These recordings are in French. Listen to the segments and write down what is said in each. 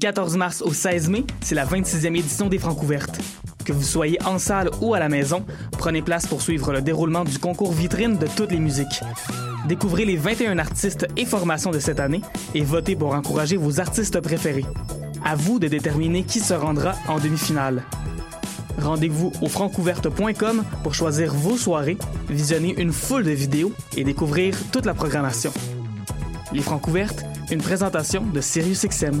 14 mars au 16 mai, c'est la 26e édition des Francs ouvertes. Que vous soyez en salle ou à la maison, prenez place pour suivre le déroulement du concours vitrine de toutes les musiques. Découvrez les 21 artistes et formations de cette année et votez pour encourager vos artistes préférés. À vous de déterminer qui se rendra en demi-finale. Rendez-vous au francouverte.com pour choisir vos soirées, visionner une foule de vidéos et découvrir toute la programmation. Les Francouvertes, une présentation de SiriusXM.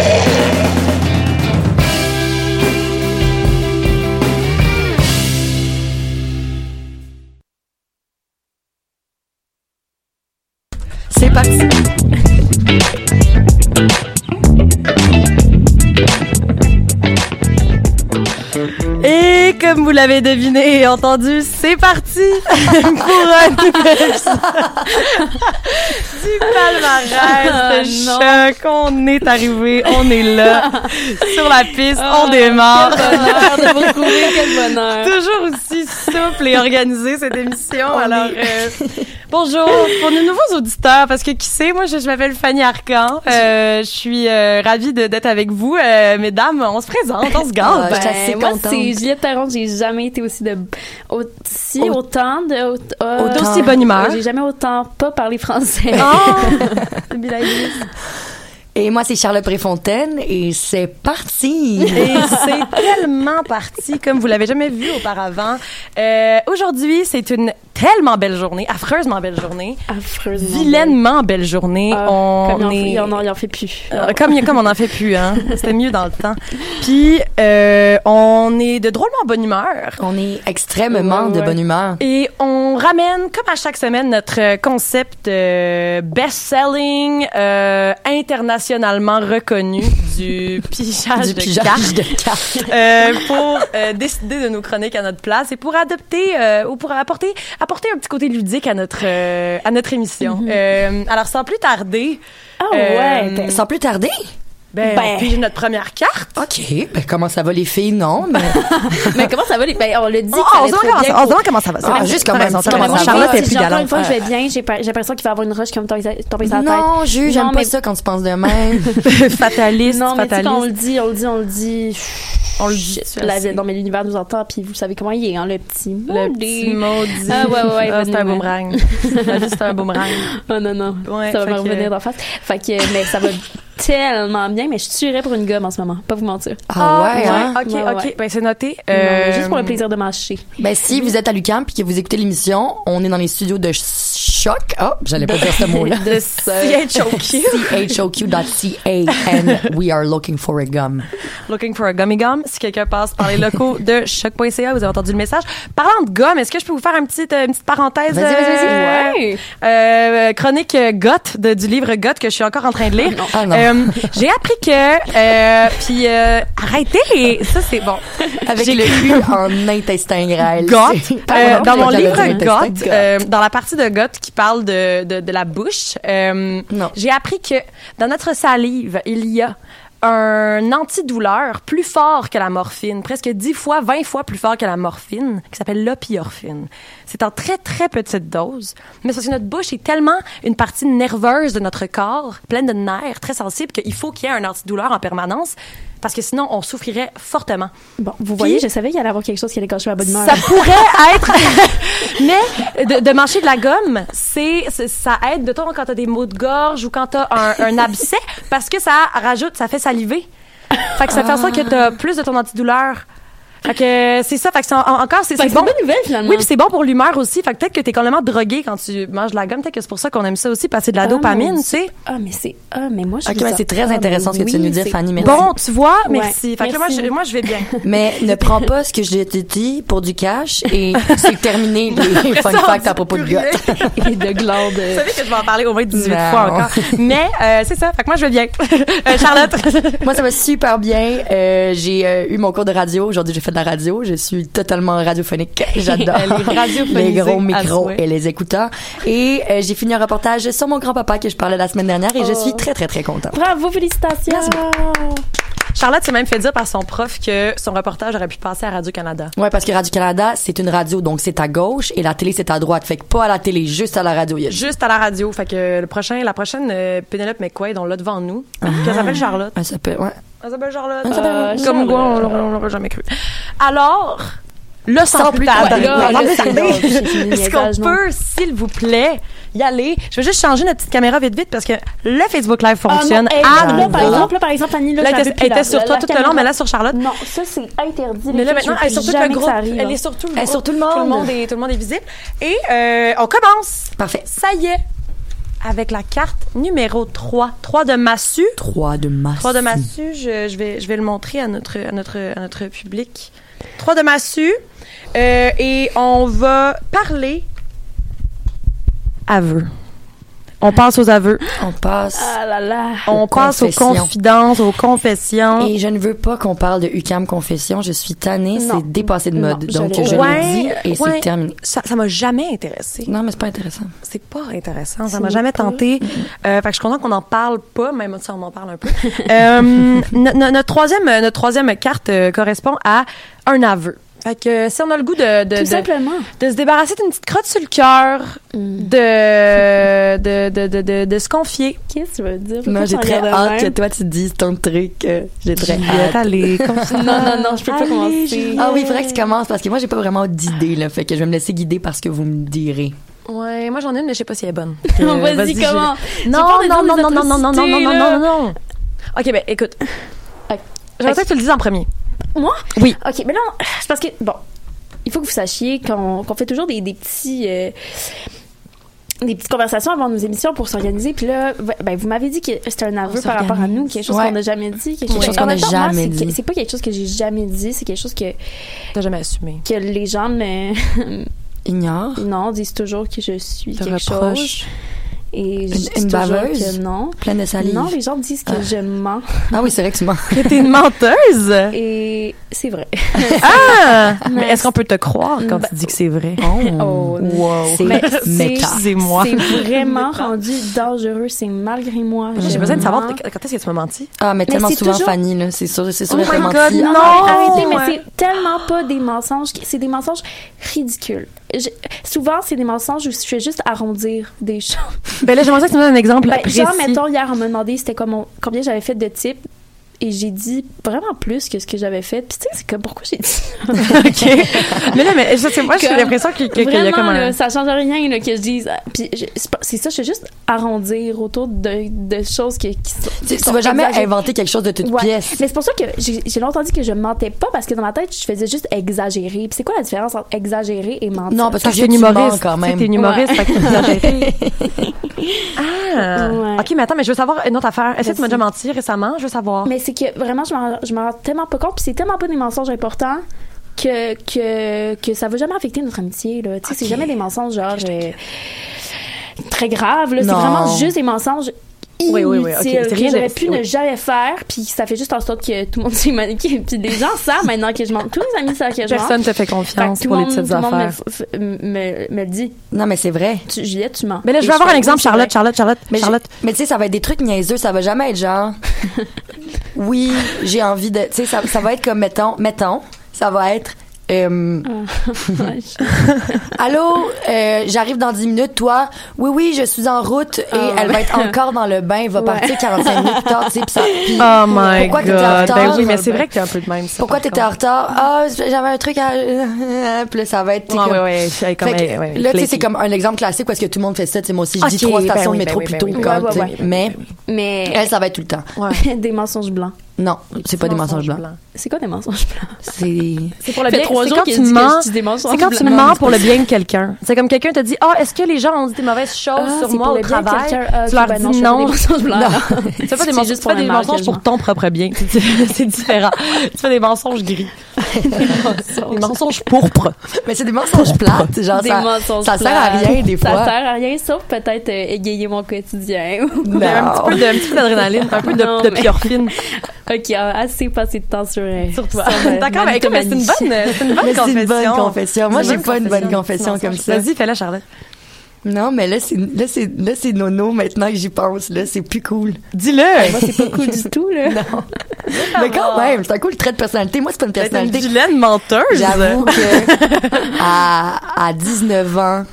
C'est parti. Et comme vous l'avez deviné et entendu, c'est parti pour un nouvel épisode du palmarès de Oh, choc. On est arrivé, on est là, sur la piste, on démarre. Quel bonheur de vous retrouver, quel bonheur. Toujours aussi souple et organisée cette émission. Alors, euh, bonjour pour nos nouveaux auditeurs, parce que qui sait, moi je, je m'appelle Fanny Arcan. Euh, je suis euh, ravie de- d'être avec vous, Euh, mesdames. On se présente, on se Ben, garde. Ah, je suis assez moi, contente. c'est Juliette Perron. J'ai jamais été aussi de, aussi Au- autant de, au- euh, Autant. D'aussi bonne humeur. J'ai jamais autant pas parlé français. Ah! Ah, C'est bilinguiste. Et moi, c'est Charlotte Préfontaine et c'est parti! Et c'est tellement parti comme vous l'avez jamais vu auparavant. Euh, Aujourd'hui, c'est une tellement belle journée, affreusement belle journée, Affreusement. vilainement belle journée. ben. Ah, on comme il en fait- est il en, il en fait plus. Euh, comme, comme on n'en fait plus, hein. C'était mieux dans le temps. Puis, euh, on est de drôlement bonne humeur. On est extrêmement Ouais, de ouais. bonne humeur. Et on ramène, comme à chaque semaine, notre euh, concept euh, best-selling, euh, internationalement reconnu du pichage Du Ah, de pigeage cartes de cartes. euh, pour euh, décider de nos chroniques à notre place et pour adopter euh, ou pour apporter, apporter un petit côté ludique à notre, euh, à notre émission. Euh, alors, sans plus tarder, Ah euh, ouais. Sans plus tarder? ben, Ben. on pige notre première carte. OK. Ben, comment ça va, les filles? Non, mais... Mais comment ça va les ben, on le dit Oh, que ça on allait se très demande comment ça- bien on se pour- demande comment ça va. Ah, vrai, juste t'as comment- raison, t'as comment raison. ça va. Charlotte est plus J'ai encore une galante. fois que je vais bien, j'ai pas- j'ai l'impression qu'il va avoir une rush comme tomber tomber sur la tête. non, juge, j'aime Non, pas mais- ça quand tu penses de même. fataliste, Non, mais tu sais, fataliste. quand on le dit, on le dit, on le dit. On le Shit, dit, la c'est- vie- non, mais l'univers nous entend, puis vous savez comment il est, hein, le petit. Le maudit. petit maudit. Ah, ouais, ouais, ouais, Ah, c'est un bonne boomerang. La vie, Ah, c'est un boomerang. Oh non, non. Ouais, ça va fait me que- revenir d'en face. Fait que, mais ça va tellement bien, mais je tuerais pour une gomme en ce moment. Pas vous mentir. Ah ouais, hein? OK, Ouais, ouais, OK. ouais. Ben, c'est noté. Non, mais Euh, juste pour le plaisir de mâcher. Ben, si vous êtes à Lucam puis que vous écoutez l'émission, on est dans les studios de Ch- Choc. Oh, j'allais pas dire ce mot-là. De ça. CHOQ. C-H-O-Q.ca and we are looking for a gum. Looking for a gummy gum. Si quelqu'un passe par les locaux de choc.ca, vous avez entendu le message. Parlant de gomme, est-ce que je peux vous faire un petit, euh, une petite parenthèse? Vas-y, vas-y, vas-y. euh, Ouais. euh, chronique euh, Goth de- du livre Goth que je suis encore en train de lire. Ah non. Euh, J'ai appris que... euh, puis euh, arrêtez les... Ça, c'est bon. Avec J'ai- le U en intestin grêle. Goth. Euh, Pardon, dans mon je l'avais livre dit, intestin Goth, euh, dans la partie de Goth qui parle de, de, de la bouche, euh, Non. j'ai appris que dans notre salive, il y a un antidouleur plus fort que la morphine, presque 10 fois, 20 fois plus fort que la morphine, qui s'appelle l'opiorphine. C'est en très, très petite dose, mais c'est parce que notre bouche est tellement une partie nerveuse de notre corps, pleine de nerfs, très sensible, qu'il faut qu'il y ait un antidouleur en permanence, parce que sinon, on souffrirait fortement. Bon, vous voyez, je savais qu'il allait avoir quelque chose qui allait gâcher ma bonne humeur. Ça pourrait être. Mais de, de manger de la gomme, c'est c'est- ça aide de ton quand t'as des maux de gorge ou quand t'as un, un abcès Ah. parce que ça rajoute, ça fait saliver. Fait que ça fait en sorte que t'as plus de ton antidouleur. Fait que euh, c'est ça. Fait que c'est en- encore, c'est Fait que c'est c'est bon. une bonne nouvelle, finalement. Oui, puis c'est bon pour l'humeur aussi. Fait que peut-être que t'es complètement drogué quand tu manges de la gomme. Peut-être que c'est pour ça qu'on aime ça aussi, parce que c'est de la Ah, dopamine, mon tu sais. Ah, mais c'est. Ah, mais moi, je. Ok, trouve ben, ça- c'est très Ah, intéressant ce que tu viens de oui, nous dire, c'est- Fanny. Merci. Bon, tu vois, merci. Ouais, Fait que là, moi, merci. je, moi, je vais bien. Mais ne prends pas ce que je t'ai dit pour du cash et c'est terminé les fun Ça, on facts dit à propos de plus rien. gars. Et de glande. euh. Vous savez que je vais en parler au moins 18 Non. fois encore. Mais euh, c'est ça. Fait que moi, je vais bien. Euh, Charlotte. Moi, ça va super bien. Euh, j'ai euh, eu mon cours de radio. Aujourd'hui, j'ai fait de la radio. Je suis totalement radiophonique. J'adore. Elle est radiophonisée les gros à micros souhait. et les écouteurs. Et euh, j'ai fini un reportage sur mon grand-papa que je parlais la semaine dernière et je Oh. suis très, très, très contente. Bravo, félicitations. Merci Charlotte s'est même fait dire par son prof que son reportage aurait pu passer à Radio-Canada. Ouais, parce que Radio-Canada, c'est une radio, donc c'est à gauche et la télé, c'est à droite. Fait que pas à la télé, juste à la radio. Il y a juste Juste à la radio. Fait que le prochain, la prochaine euh, Penelope McQuaid, on l'a devant nous. Elle s'appelle Charlotte. un s'appelle, ouais. Elle s'appelle Charlotte. Elle s'appelle Euh, Ah. Charlotte. Comme quoi, on l'aurait- on l'aurait jamais cru. Alors, le sans, plus tarder. Ouais, là, là, c'est drôle. J'ai fini le Est-ce qu'on niaisage, non? peut, s'il vous plaît, y aller? Je vais juste changer notre petite caméra vite, vite, parce que le Facebook Live Ah, non, fonctionne. hey, à là, par nouveau. exemple, là, par exemple, Fanny, là, Là, je la elle veux plus, était là. sur La- toi la tout le long, caméra- mais là, sur Charlotte. Non, ça, c'est interdit. Mais là, maintenant, elle est sur surtout tout le groupe. Elle est sur tout le hein? Elle est groupe. sur tout le monde. Tout le monde est, tout le monde est visible. Et euh, on commence. Parfait. Ça y est. Avec la carte numéro 3. 3 de massue. Trois de masse. 3 de massue, je, je vais, je vais le montrer à notre, à notre, à notre public. 3 de massue. Euh, et on va parler aveux. On passe aux aveux. On passe. Ah là là. On passe aux confessions. confidences, aux confessions. Et je ne veux pas qu'on parle de UCAM confession. Je suis tannée, Non. c'est dépassé de Non, mode. je donc l'ai- je Ouais, le dis et ouais. c'est terminé. Ça, ça m'a jamais intéressé. Non, mais c'est pas intéressant. C'est pas intéressant. Ça Ce m'a n'est jamais pas. tenté. Euh, fait que je suis contente qu'on en parle pas, même si on en parle un peu. Euh, no- no- notre troisième, euh, notre troisième carte euh, correspond à un aveu. Fait que euh, si on a le goût de, de, Tout de- simplement. de se débarrasser d'une petite crotte sur le cœur, Mm. de, de, de, de, de- de se confier. Qu'est-ce que tu veux dire? Non, Pourquoi j'ai tu très regardes de hâte que même? toi tu dises ton truc. euh, J'ai très Juliette, hâte. allez, confie- Non, non, non, je peux pas Allez, commencer. Juliette. Ah oui, il faudrait que tu commences parce que moi j'ai pas vraiment d'idée là, fait que je vais me laisser guider par ce que vous me direz. Ouais, moi j'en ai une, mais je sais pas si elle est bonne. Non, Euh, Vas-y, Juliette. comment? Non, J'ai peur non, non, de dire non, des non, non, non, non, non, atrocités, non, là. non. Ok, ben écoute. Ok. J'aimerais ça que tu le dises en premier. Moi? Oui. OK, mais là, on- c'est parce que, bon, il faut que vous sachiez qu'on qu'on fait toujours des, des petits... euh, des petites conversations avant nos émissions pour s'organiser. Puis là, v- ben, vous m'avez dit que c'était un aveu par rapport à nous, quelque chose Ouais. qu'on n'a jamais dit. Quelque Quelque chose qu'on En n'a même temps, moi, jamais c'est que- dit. C'est pas quelque chose que j'ai jamais dit, c'est quelque chose que, T'as jamais assumé. que les gens me. Ignore. non, disent toujours que je suis Te quelque chose. reproche. Et je Une- dis une toujours baveuse? que non. Pleine de salive. Non, les gens disent que Ah. je mens. Ah oui, c'est vrai que tu mens. Que t'es une menteuse? Et c'est vrai. Ah! Mais Mais est-ce qu'on peut te croire quand Ben- tu dis que c'est vrai? Ah. Oh, wow. C'est Mais méta. Excusez-moi. C'est vraiment rendu dangereux, c'est malgré moi. J'ai Je besoin de savoir mens. t- quand est-ce que tu m'as menti. Ah, mais tellement c'est souvent toujours- Fanny là, c'est sûr, c'est sûr. Oh elle my m'a God, menti. non. mais arrêtez, mais Ouais. c'est tellement pas des mensonges. qui- C'est des mensonges ridicules. Je- souvent, c'est des mensonges où je fais juste arrondir des choses. Ben là, j'aimerais ça que tu me donnes un exemple Ben, précis. genre, mettons, hier, on m'a demandé c'était quoi mon- combien j'avais fait de types. Et j'ai dit vraiment plus que ce que j'avais fait. Puis tu sais, c'est comme pourquoi j'ai dit. OK. mais là, mais je sais, moi, j'ai Comme- l'impression que- que- qu'il y a Vraiment, comme un... là, ça change rien là, que je dise. ah, Puis je- c'est pas- c'est ça, je fais juste arrondir autour de, de choses que- qui sont. Tu, qui tu sont vas jamais exagérées. inventer quelque chose de toute Ouais. pièce. Mais c'est pour ça que j'ai j'ai longtemps dit que je mentais pas parce que dans ma tête, je faisais juste exagérer. Puis c'est quoi la différence entre exagérer et mentir? Non, parce que Parce j'ai que t'es une une humoriste. humoriste quand Tu sais, T'es même. une humoriste, Ouais. fait que tu l'as fait. Ah! Ouais. OK, mais attends, mais je veux savoir une autre affaire. Est-ce que tu m'as Vas-y. déjà menti récemment? Je veux savoir. Mais c'est que vraiment, je m'en- je m'en rends tellement pas compte. Puis c'est tellement pas des mensonges importants que, que, que ça va jamais affecter notre amitié. Là. Tu sais, c'est jamais des mensonges genre euh, très graves. là. C'est Non. vraiment juste des mensonges inutiles Oui, oui, oui, ok. C'est rien que de- j'aurais pu oui. ne jamais faire. Puis ça fait juste en sorte que tout le monde s'est maniqué. Puis les gens savent maintenant que je mens. Tous mes amis savent que je mens. Personne te fait Fait que confiance tout pour le les monde- petites tout le monde affaires. me, f- me, me le dit. Non, mais c'est vrai. Tu, Juliette, tu mens. Mais là, Et je veux avoir fais, un exemple, oui, c'est Charlotte, vrai. Charlotte, Charlotte, Mais, j'ai- Charlotte. mais tu sais, ça va être des trucs niaiseux, ça va jamais être genre. oui, j'ai envie de. Tu sais, ça, ça va être comme, mettons, mettons, ça va être. euh, Allô, euh, j'arrive dans 10 minutes, toi. Oui, oui, je suis en route et Ah, elle va être encore dans le bain, va partir 45 minutes plus tard, tu sais, pis ça. pis Oh my Pourquoi t'étais en god. retard? Ben oui, mais c'est vrai que t'es un peu de même. ça, pourquoi par t'étais en contre. retard? Ah, j'avais un truc à. Puis là, ça va être. t'sais, Ouais, comme- ouais, ouais, je suis comme- Fait que ouais, ouais, là, tu sais, flaky. c'est comme un exemple classique parce que tout le monde fait ça. Tu sais, moi aussi, je dis Ok, trois ben stations oui, de métro ben oui, plutôt. ben oui. comme, Ouais, ouais, tu sais. ouais. Mais Mais elle, ça va être tout le temps. des mensonges blancs. Non, c'est pas des mensonges blancs. C'est quoi des mensonges blancs? C'est. C'est pour le Fait bien. trois c'est jours quand qu'il tu dit que mens- je dis des mensonges C'est quand tu blancs. mens pour le bien de quelqu'un. C'est comme quelqu'un te dit Ah, est-ce que les gens ont dit des mauvaises choses Ah, sur c'est moi pour au le bien de travail quelqu'un. Ah, Tu ok, leur ben dis non, je fais non. des mensonges blancs. Tu fais pas des C'est mensonges, juste tu fais pour des le mal que mensonges je pour mens. ton propre bien. C'est c'est différent. tu fais des mensonges gris. des mensonges pourpres. Mais c'est des mensonges plates. Genre, Des ça, mensonges ça sert à plates. rien, des fois. Ça sert à rien, sauf peut-être euh, égayer mon quotidien. Non. Un petit peu de- un petit peu d'adrénaline, un peu de, Ah. Non, de mais- piorphine ok, on a assez passé de temps sur, euh, sur toi. sur, euh, D'accord, mais écoute, mais c'est une Manitou. bonne, c'est une bonne Mais c'est confession. une bonne confession. Moi, C'est j'ai une pas une bonne confession comme ça. Vas-y, fais-la, Charlotte. Non, mais là, c'est, là, c'est, là, c'est nono maintenant que j'y pense. Là, c'est plus cool. Dis-le. Ben, Moi, c'est pas cool du tout, là. Mais quand même, c'est un cool trait de personnalité. Moi, c'est pas une T'es une personnalité. vilaine menteuse. J'avoue que à, à 19 ans,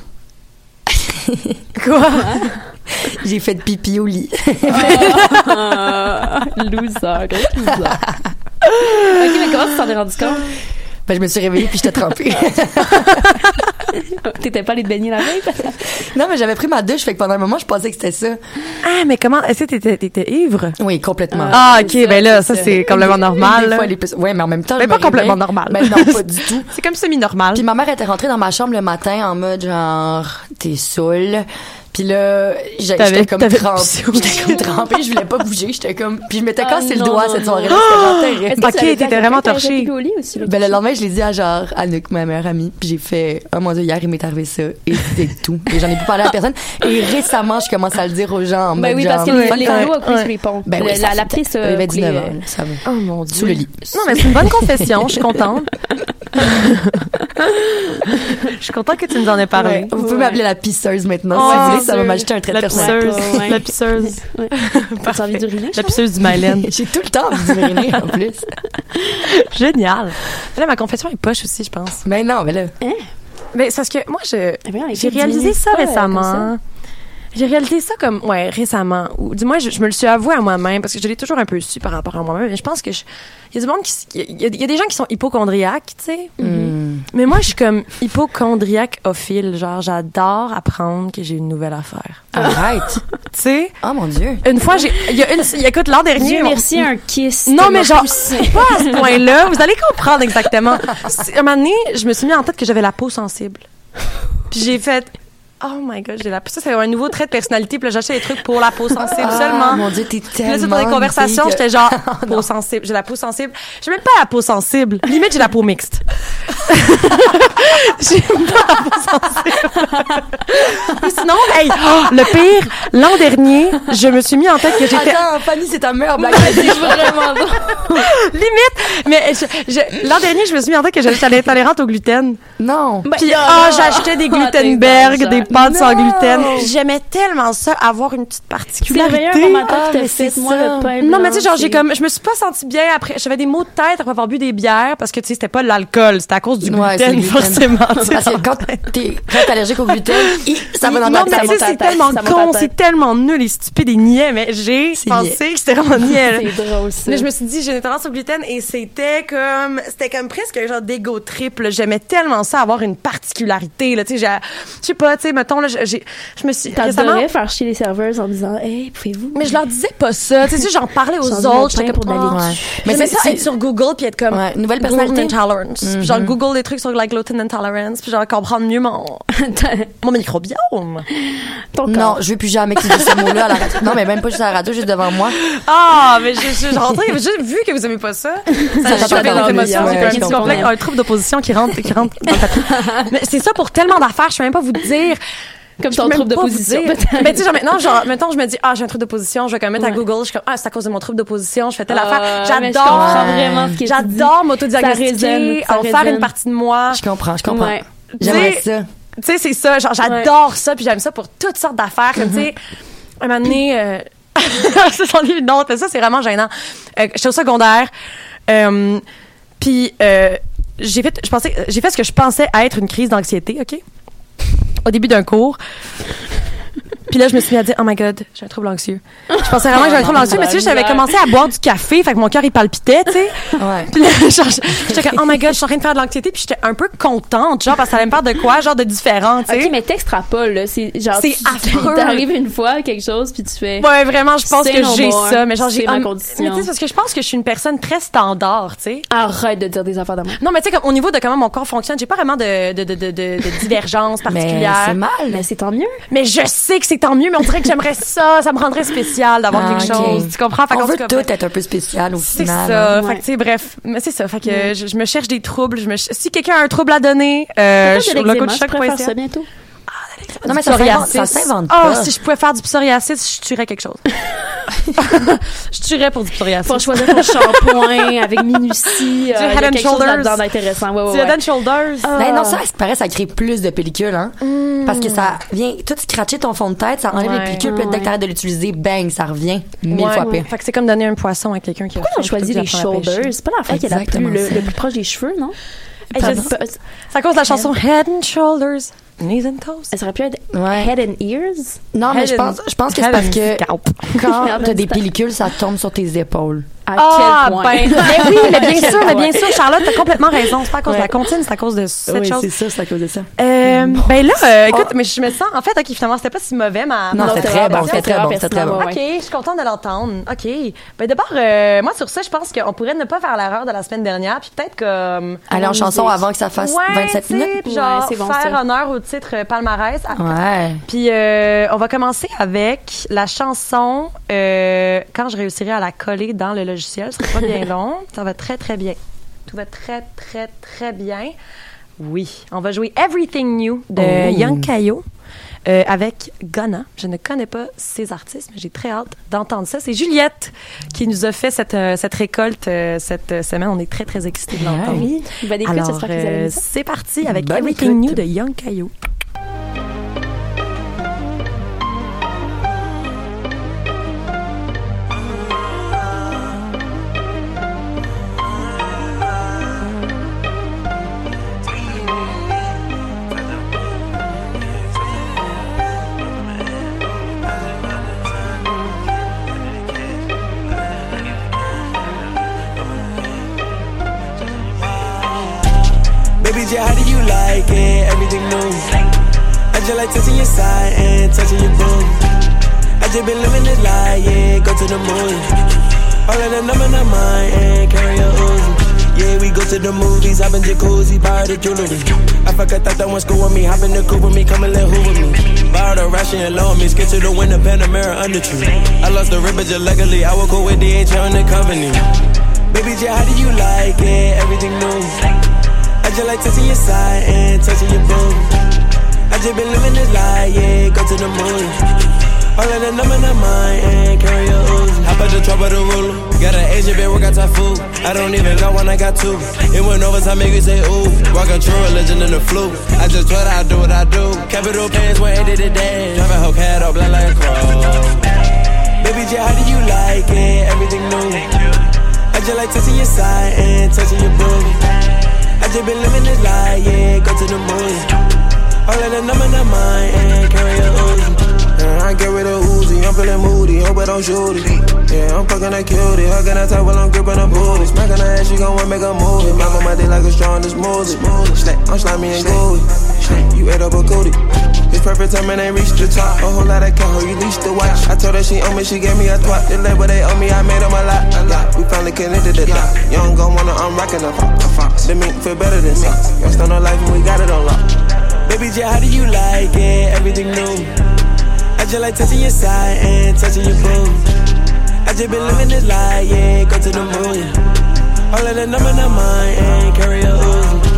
Quoi? j'ai fait de pipi au lit. Ah, loser, gros loser. ok, mais comment tu t'en es rendu compte? Ben, je me suis réveillée puis j'étais trempée. T'étais pas allé te baigner la veille? non, mais j'avais pris ma douche, fait que pendant un moment, je pensais que c'était ça. Ah, mais comment? Est-ce que t'étais, t'étais ivre? Oui, complètement. Ah, c'est ok, ça, ben là, c'est ça, ça. c'est complètement normal. Des là. fois, elle est plus- Ouais, mais en même temps. Mais je pas me complètement réveillais. normal. Ben non, pas du tout. C'est comme semi-normal. Puis ma mère était rentrée dans ma chambre le matin en mode genre t'es saoul. Puis là, j'ai- T'avais- j'étais comme t'avais trempée. pissé au J'étais comme trempée, je voulais pas bouger, j'étais comme puis je m'étais Ah, cassé le non, doigt non, cette non. soirée-là, c'était genre terrible. Ok, t'étais vraiment torchée. Ben, le lendemain, je l'ai dit à genre Anouk, ma meilleure amie, puis j'ai fait oh mon dieu, hier il m'est arrivé ça et c'est tout. Et j'en ai plus parlé à personne. Et récemment, je commence à le dire aux gens en mode Ben oui, parce que genre, les, fuck les that. lots ont coulé ouais. sur les ponts. ben Le- oui, la, ça, la ça, piste il euh, avait coulé, 19 euh, ans, là, ça va. Oh mon dieu. Sous le lit. Non, mais c'est une bonne confession. Je suis contente. Je suis contente que tu nous en aies parlé. Ouais. Vous pouvez Ouais. m'appeler la pisseuse maintenant Oh, si vous voulez, c'est ça va sûr. m'ajouter un trait de La personnalité. pisseuse. euh, Ouais, ouais. La pisseuse. Ouais. T'as envie d'uriner? La pisseuse du Mylène. J'ai tout le temps envie d'uriner, en plus. Génial. Là, ma confession est poche aussi, je pense. Mais non, mais là. Mais c'est parce que moi, je, Eh bien, elle J'ai était réalisé diminuée, ça pas, euh, comme récemment. J'ai réalisé ça comme, ouais, récemment. Ou du moins, je, je me le suis avoué à moi-même parce que je l'ai toujours un peu su par rapport à moi-même. Mais je pense que je- il y a du monde qui, s- il y, a- il y a des gens qui sont hypochondriaques, tu sais. Mm-hmm. Mais moi, je suis comme hypochondriacophile. Genre, j'adore apprendre que j'ai une nouvelle affaire. Arrête. Tu sais, Oh mon Dieu. une fois, j'ai, il y a une, il y a- écoute, l'an dernier. Dieu on- merci, un kiss. non, mais t'as ma genre, poussée. pas à ce point-là. Vous allez comprendre exactement. C'est- À un moment donné, je me suis mis en tête que j'avais la peau sensible. Puis j'ai fait. Oh my god, j'ai la peau. Ça, c'est un nouveau trait de personnalité. Puis là, j'achetais des trucs pour la peau sensible Ah, seulement. Mon Dieu, t'es Puis tellement. là, dans les une conversations, fille que- j'étais genre, peau sensible, j'ai la peau sensible. J'ai même pas la peau sensible. Limite, j'ai la peau mixte. j'ai même pas la peau sensible. Ou sinon, hey, oh, le pire, l'an dernier, je me suis mis en tête que j'étais Attends, Fanny, c'est ta meilleure blague. Vas-y, je veux vraiment Limite, mais je- je- l'an dernier, je me suis mis en tête que j'étais intolérante au gluten. Non. Puis, non, ah, non. j'achetais des Ah, t'es Glutenberg, bonne, des Jean. pâtes sans Non. gluten. Puis J'aimais tellement ça, avoir une petite C'est particularité. rien, un moment Ah, que t'as mais fait, c'est moi, ça. le pain Non, blanc, mais tu sais, genre, j'ai c'est- comme, je me suis pas sentie bien après. J'avais des maux de tête après avoir bu des bières parce que, tu sais, c'était pas de l'alcool, c'était à cause du Ouais, c'est gluten, le gluten. forcément. tu sais. Parce que quand t'es quand t'es allergique au gluten, hi, ça va dans non, ta mais tête. tu monte sais, à la c'est tête, tellement ça monte à con, la tête. c'est tellement nul et stupide et niais, mais j'ai C'est pensé niais. que c'était vraiment niais. là. C'est drôle, ça. Mais je me suis dit, j'ai une tendance au gluten et c'était comme, c'était comme presque genre d'égo triple. J'aimais tellement ça, avoir une particularité, là, tu sais, j'ai- je sais pas, tu sais, mettons, là, j'ai, je me suis, récemment, T'adorais faire chier les serveuses en disant, hey, pouvez-vous? mais je leur disais pas ça, tu sais, tu sais, j'en parlais aux J'en ai autres, plein j'étais pour comme, d'aller Ah. Mais Ouais. c'est si ça, tu- être sur Google puis être comme, Ouais, nouvelle Gluten personnalité. Intolerance. Puis genre, Google des trucs sur like, gluten intolerance, puis genre, comprendre mieux mon, mon microbiome. Ton Non, corps. je veux plus jamais que tu dises ce mot-là à la radio. Non, mais même pas juste à la radio, juste devant moi. Ah, mais je, je, je rentre, j'ai vu que vous aimez pas ça. Ça t'a a chopé pas les rendu, émotions. ouais, J'ai un je petit comprends. complexe, un trouble d'opposition qui rentre, qui rentre dans ta tête. Mais c'est ça pour tellement d'affaires, je peux même pas vous dire. Comme Je ton peux même trouble de pas vous position, dire. peut-être. Mais tu sais, genre, maintenant, genre, maintenant, je me dis, ah, j'ai un trouble d'opposition, je vais quand même mettre à Google, je suis comme, ah, c'est à cause de mon trouble d'opposition, je fais telle affaire. Ah, mais je J'adore. comprends vraiment ce que tu J'adore Ça résonne, m'autodiagnostiquer, ça en faire résonne. une partie de moi. Je comprends, je comprends. Ouais. J'aimerais Dis- ça. Tu sais, c'est ça. Genre, j'adore ça, puis j'aime ça pour toutes sortes d'affaires. Comme, tu sais, un moment donné, euh, ça s'en est une autre, mais ça, c'est vraiment gênant. Euh, J'étais au secondaire, euh, puis euh, j'ai fait, je pensais, j'ai fait ce que je pensais être une crise d'anxiété, OK? Au début d'un cours. Puis là, je me suis mis à dire, oh my god, j'ai un trouble anxieux. Je pensais vraiment que j'avais un trouble anxieux, mais tu sais, j'avais commencé à boire du café, fait que mon cœur, il palpitait, tu sais. Ouais. Puis là, genre, je- j'étais comme, oh my god, je suis en train de faire de l'anxiété, puis j'étais un peu contente, genre, parce que ça allait me faire de quoi, genre de différent, tu sais. Ok, mais t'extrapoles, là. C'est genre. C'est tu- affreux. T'arrives une fois, quelque chose, puis tu fais. Ouais, vraiment, je pense C'est que no j'ai more. ça, mais genre, j'ai. C'est ma ah, condition. Mais tu sais, parce que je pense que je suis une personne très standard, tu sais. Arrête de dire des affaires d'amour. Non, mais tu sais, comme au niveau de comment mon corps fonctionne, j'ai pas vraiment de, de, de, de, de- de divergence Mais particulière. c'est mal. Mais c'est tant mieux. Mais je sais que c'est tant mieux, mais on dirait que j'aimerais ça, ça me rendrait spécial d'avoir Ah, quelque ok. chose. Tu comprends? Fait On qu'en veut tout cas, ben, tout être un peu spécial au C'est final. hein. ça. ouais. Fait que, tu sais, bref. Mais c'est ça. Fait que euh, je, je me cherche des troubles. Je me ch- Si quelqu'un a un trouble à donner, euh, je Toi, suis t'as sur le l'eczéma, coach je préfère ça choc.ca. bientôt. Non, mais ça s'invente- ça s'invente Oh, pas. si je pouvais faire du psoriasis, je tuerais quelque chose. je tuerais pour du psoriasis. Faut choisir ton shampoing avec Head minutie. euh, il y a and quelque chose Shoulders. là-dedans d'intéressant. Ouais, Tu ouais, Ah, as ouais. Dan Shoulders. Mais Ben, non, ça, ça paraît, ça crée plus de pellicules, hein. Parce que ça vient tout scratcher ton fond de tête, ça enlève Hmm. Ouais. les pellicules, puis dès que t'arrêtes de l'utiliser, bang, ça revient mille Ouais. fois pire. Fait que c'est comme donner un poisson à quelqu'un qui a Pourquoi on faim, plutôt choisit que les de l'apprendre à pêcher. shoulders? C'est pas la fois qui est la plus, Exactement le, ça. le plus proche des cheveux, non? Hey, je sais pas. C'est à cause de la chanson Head and Shoulders. Knees and toes. Ça aurait pu être Ouais. head and ears. Non, mais je Head and- pense, je pense que c'est head parce and que scalp. quand t'as des pellicules, ça tombe sur tes épaules. À Ah, quel point? ben, mais oui, mais À bien quel sûr, mais bien point? sûr, Charlotte, t'as complètement raison. C'est pas à cause de la Ouais. comptine, c'est à cause de cette chose. ça, c'est à cause de ça. Euh, ben là, euh, Oh. écoute, mais je me sens, en fait, ok, finalement, c'était pas si mauvais, ma. Non, ma- c'était c'est très rare, bon, parce c'était que très c'est bon, rare, c'était très bon. personnellement, Ok, je suis contente de l'entendre. Ok. Ben d'abord, euh, moi sur ça, je pense qu'on pourrait ne pas faire l'erreur de la semaine dernière, puis peut-être comme. Aller en chanson avant que ça fasse Ouais, tu 27 sais, minutes. puis genre Ouais, c'est bon, faire ça. honneur au titre euh, palmarès. Ah, Ouais. Puis euh, on va commencer avec la chanson euh, quand je réussirai à la coller dans le logiciel. Ce sera pas bien long. Ça va très très bien. Tout va très très très bien. Oui, on va jouer Everything New de Oh. Young Kayo euh, avec Ghana. Je ne connais pas ces artistes, mais j'ai très hâte d'entendre ça. C'est Juliette qui nous a fait cette, euh, cette récolte euh, cette euh, semaine. On est très très excités de l'entendre. Oui. Ben, des écoute, Ah Alors, j'espère qu'ils avaient euh, mis ça. c'est parti avec Bonne Everything écoute. New de Young Kayo. Baby J, how do you like it? Everything new. I just like touching your side and touching your boom. I just been living the life, yeah, go to the moon. All of the number in mind and carry a Uzi. Yeah, we go to the movies, hop in jacuzzi, buy the jewelry. I fuck, I thought that one school with me, hop in the coupe with me, come and let who with me. Borrow the ration and loan me, skip to the window, Panamera under tree. I lost the ribbon, just luckily, I woke up with DHL in the company. Baby J, how do you like it? Everything new. I just like touching your side and touching your boob. I just been living this life, yeah, go to the moon. All of the number in mind and carry a ooze. Hop out the truck with the ruler. Got an Asian bitch, work out typhoon. I don't even got one, I got two. It went over time, make you say ooh. Walking true religion in the flu. I just what I do, what I do. Capital plans, one eighty today. Driving her cat up black like a crow. Baby J, how do you like it? Everything new. I just like touching your side and touching your booty. I just been living this life, yeah, go to the movies. All of the number in mind and carry a Uzi. Yeah, I get rid of Uzi, I'm feeling moody, hope I don't shoot it. Yeah, I'm fucking a cutie, hugging her tight while I'm gripping her booty. Smacking her ass, she gon' wanna make a movie. My mama did like a straw in this movie. Snack, I'm slimy and gooey. Snack, You ate up a cootie. It's perfect time and ain't reached the top. A whole lot of cat, hoe, you leashed the watch. I told her she owe me, she gave me a twat. The label they owe me, I made them a lot. A lot. We finally connected the dot. Young gon' wanna, I'm rockin' a fox. A fox. The mink feel better than socks. Y'all still no life and we got it on lock. Baby J, how do you like it? Everything new. I just like touching your side and touching your boom. I just been living this life, yeah, go to the moon. All of the number in mind and carry a Uzi.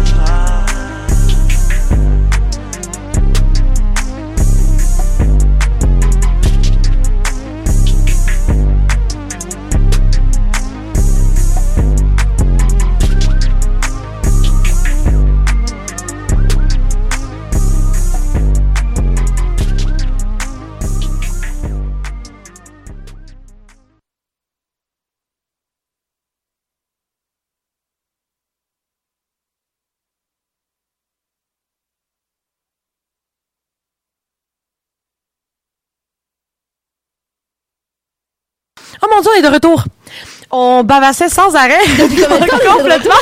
Oh mon Dieu, on est de retour. On bavassait sans arrêt. complètement.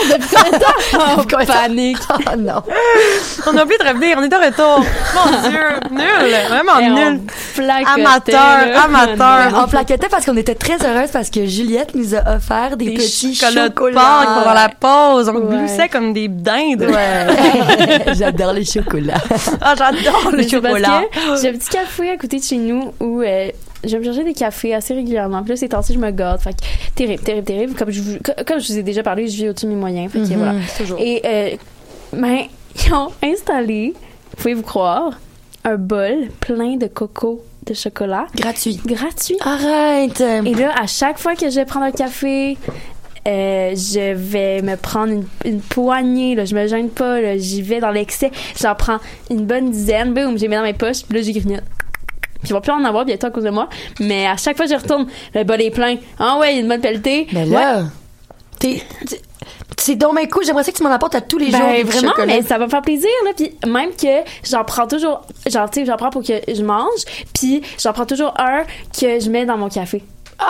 En panique. Oh non. On a oublié de revenir. On est de retour. Mon Dieu. Nul. Vraiment Eh, on Oh, nul. placotait, Amateur. là. Amateur. On plaquetait parce qu'on était très heureuses parce que Juliette nous a offert des, des petits chocolats chocolats. de Pâques pendant la pause. On gloussait comme des dindes. Ouais. J'adore les chocolats. Ah, j'adore le Mais c'est parce chocolat. que J'ai un petit café à côté de chez nous où euh, je vais me chercher des cafés assez régulièrement. Plus ces temps-ci, je me garde. Fait que, terrible, terrible, terrible. Comme je, vous- co- comme je vous ai déjà parlé, je vis au-dessus de mes moyens. Mhm, Fait que, voilà. Et, euh, ben, ils ont installé, pouvez-vous croire, un bol plein de coco de chocolat Gratuit. gratuit. Arrête. Et là, à chaque fois que je vais prendre un café, euh, je vais me prendre une, une poignée. Là, je me gêne pas. là, J'y vais dans l'excès. J'en prends une bonne dizaine. Boum, j'ai mis dans mes poches. Puis là, j'y grignote. Puis ils vont plus en avoir bientôt à cause de moi. Mais à chaque fois que je retourne, le bol est plein. Ah ouais, il y a une bonne pelletée. Mais Ouais. Ben là, t'es. t'es- C'est dans mes couilles. J'aimerais ça que tu m'en apportes à tous les jours. des Ben, petits vraiment, chocolats. mais ça va me faire plaisir. Là. Puis même que j'en prends toujours, genre, tu sais, j'en prends pour que je mange, puis j'en prends toujours un que je mets dans mon café. Oh,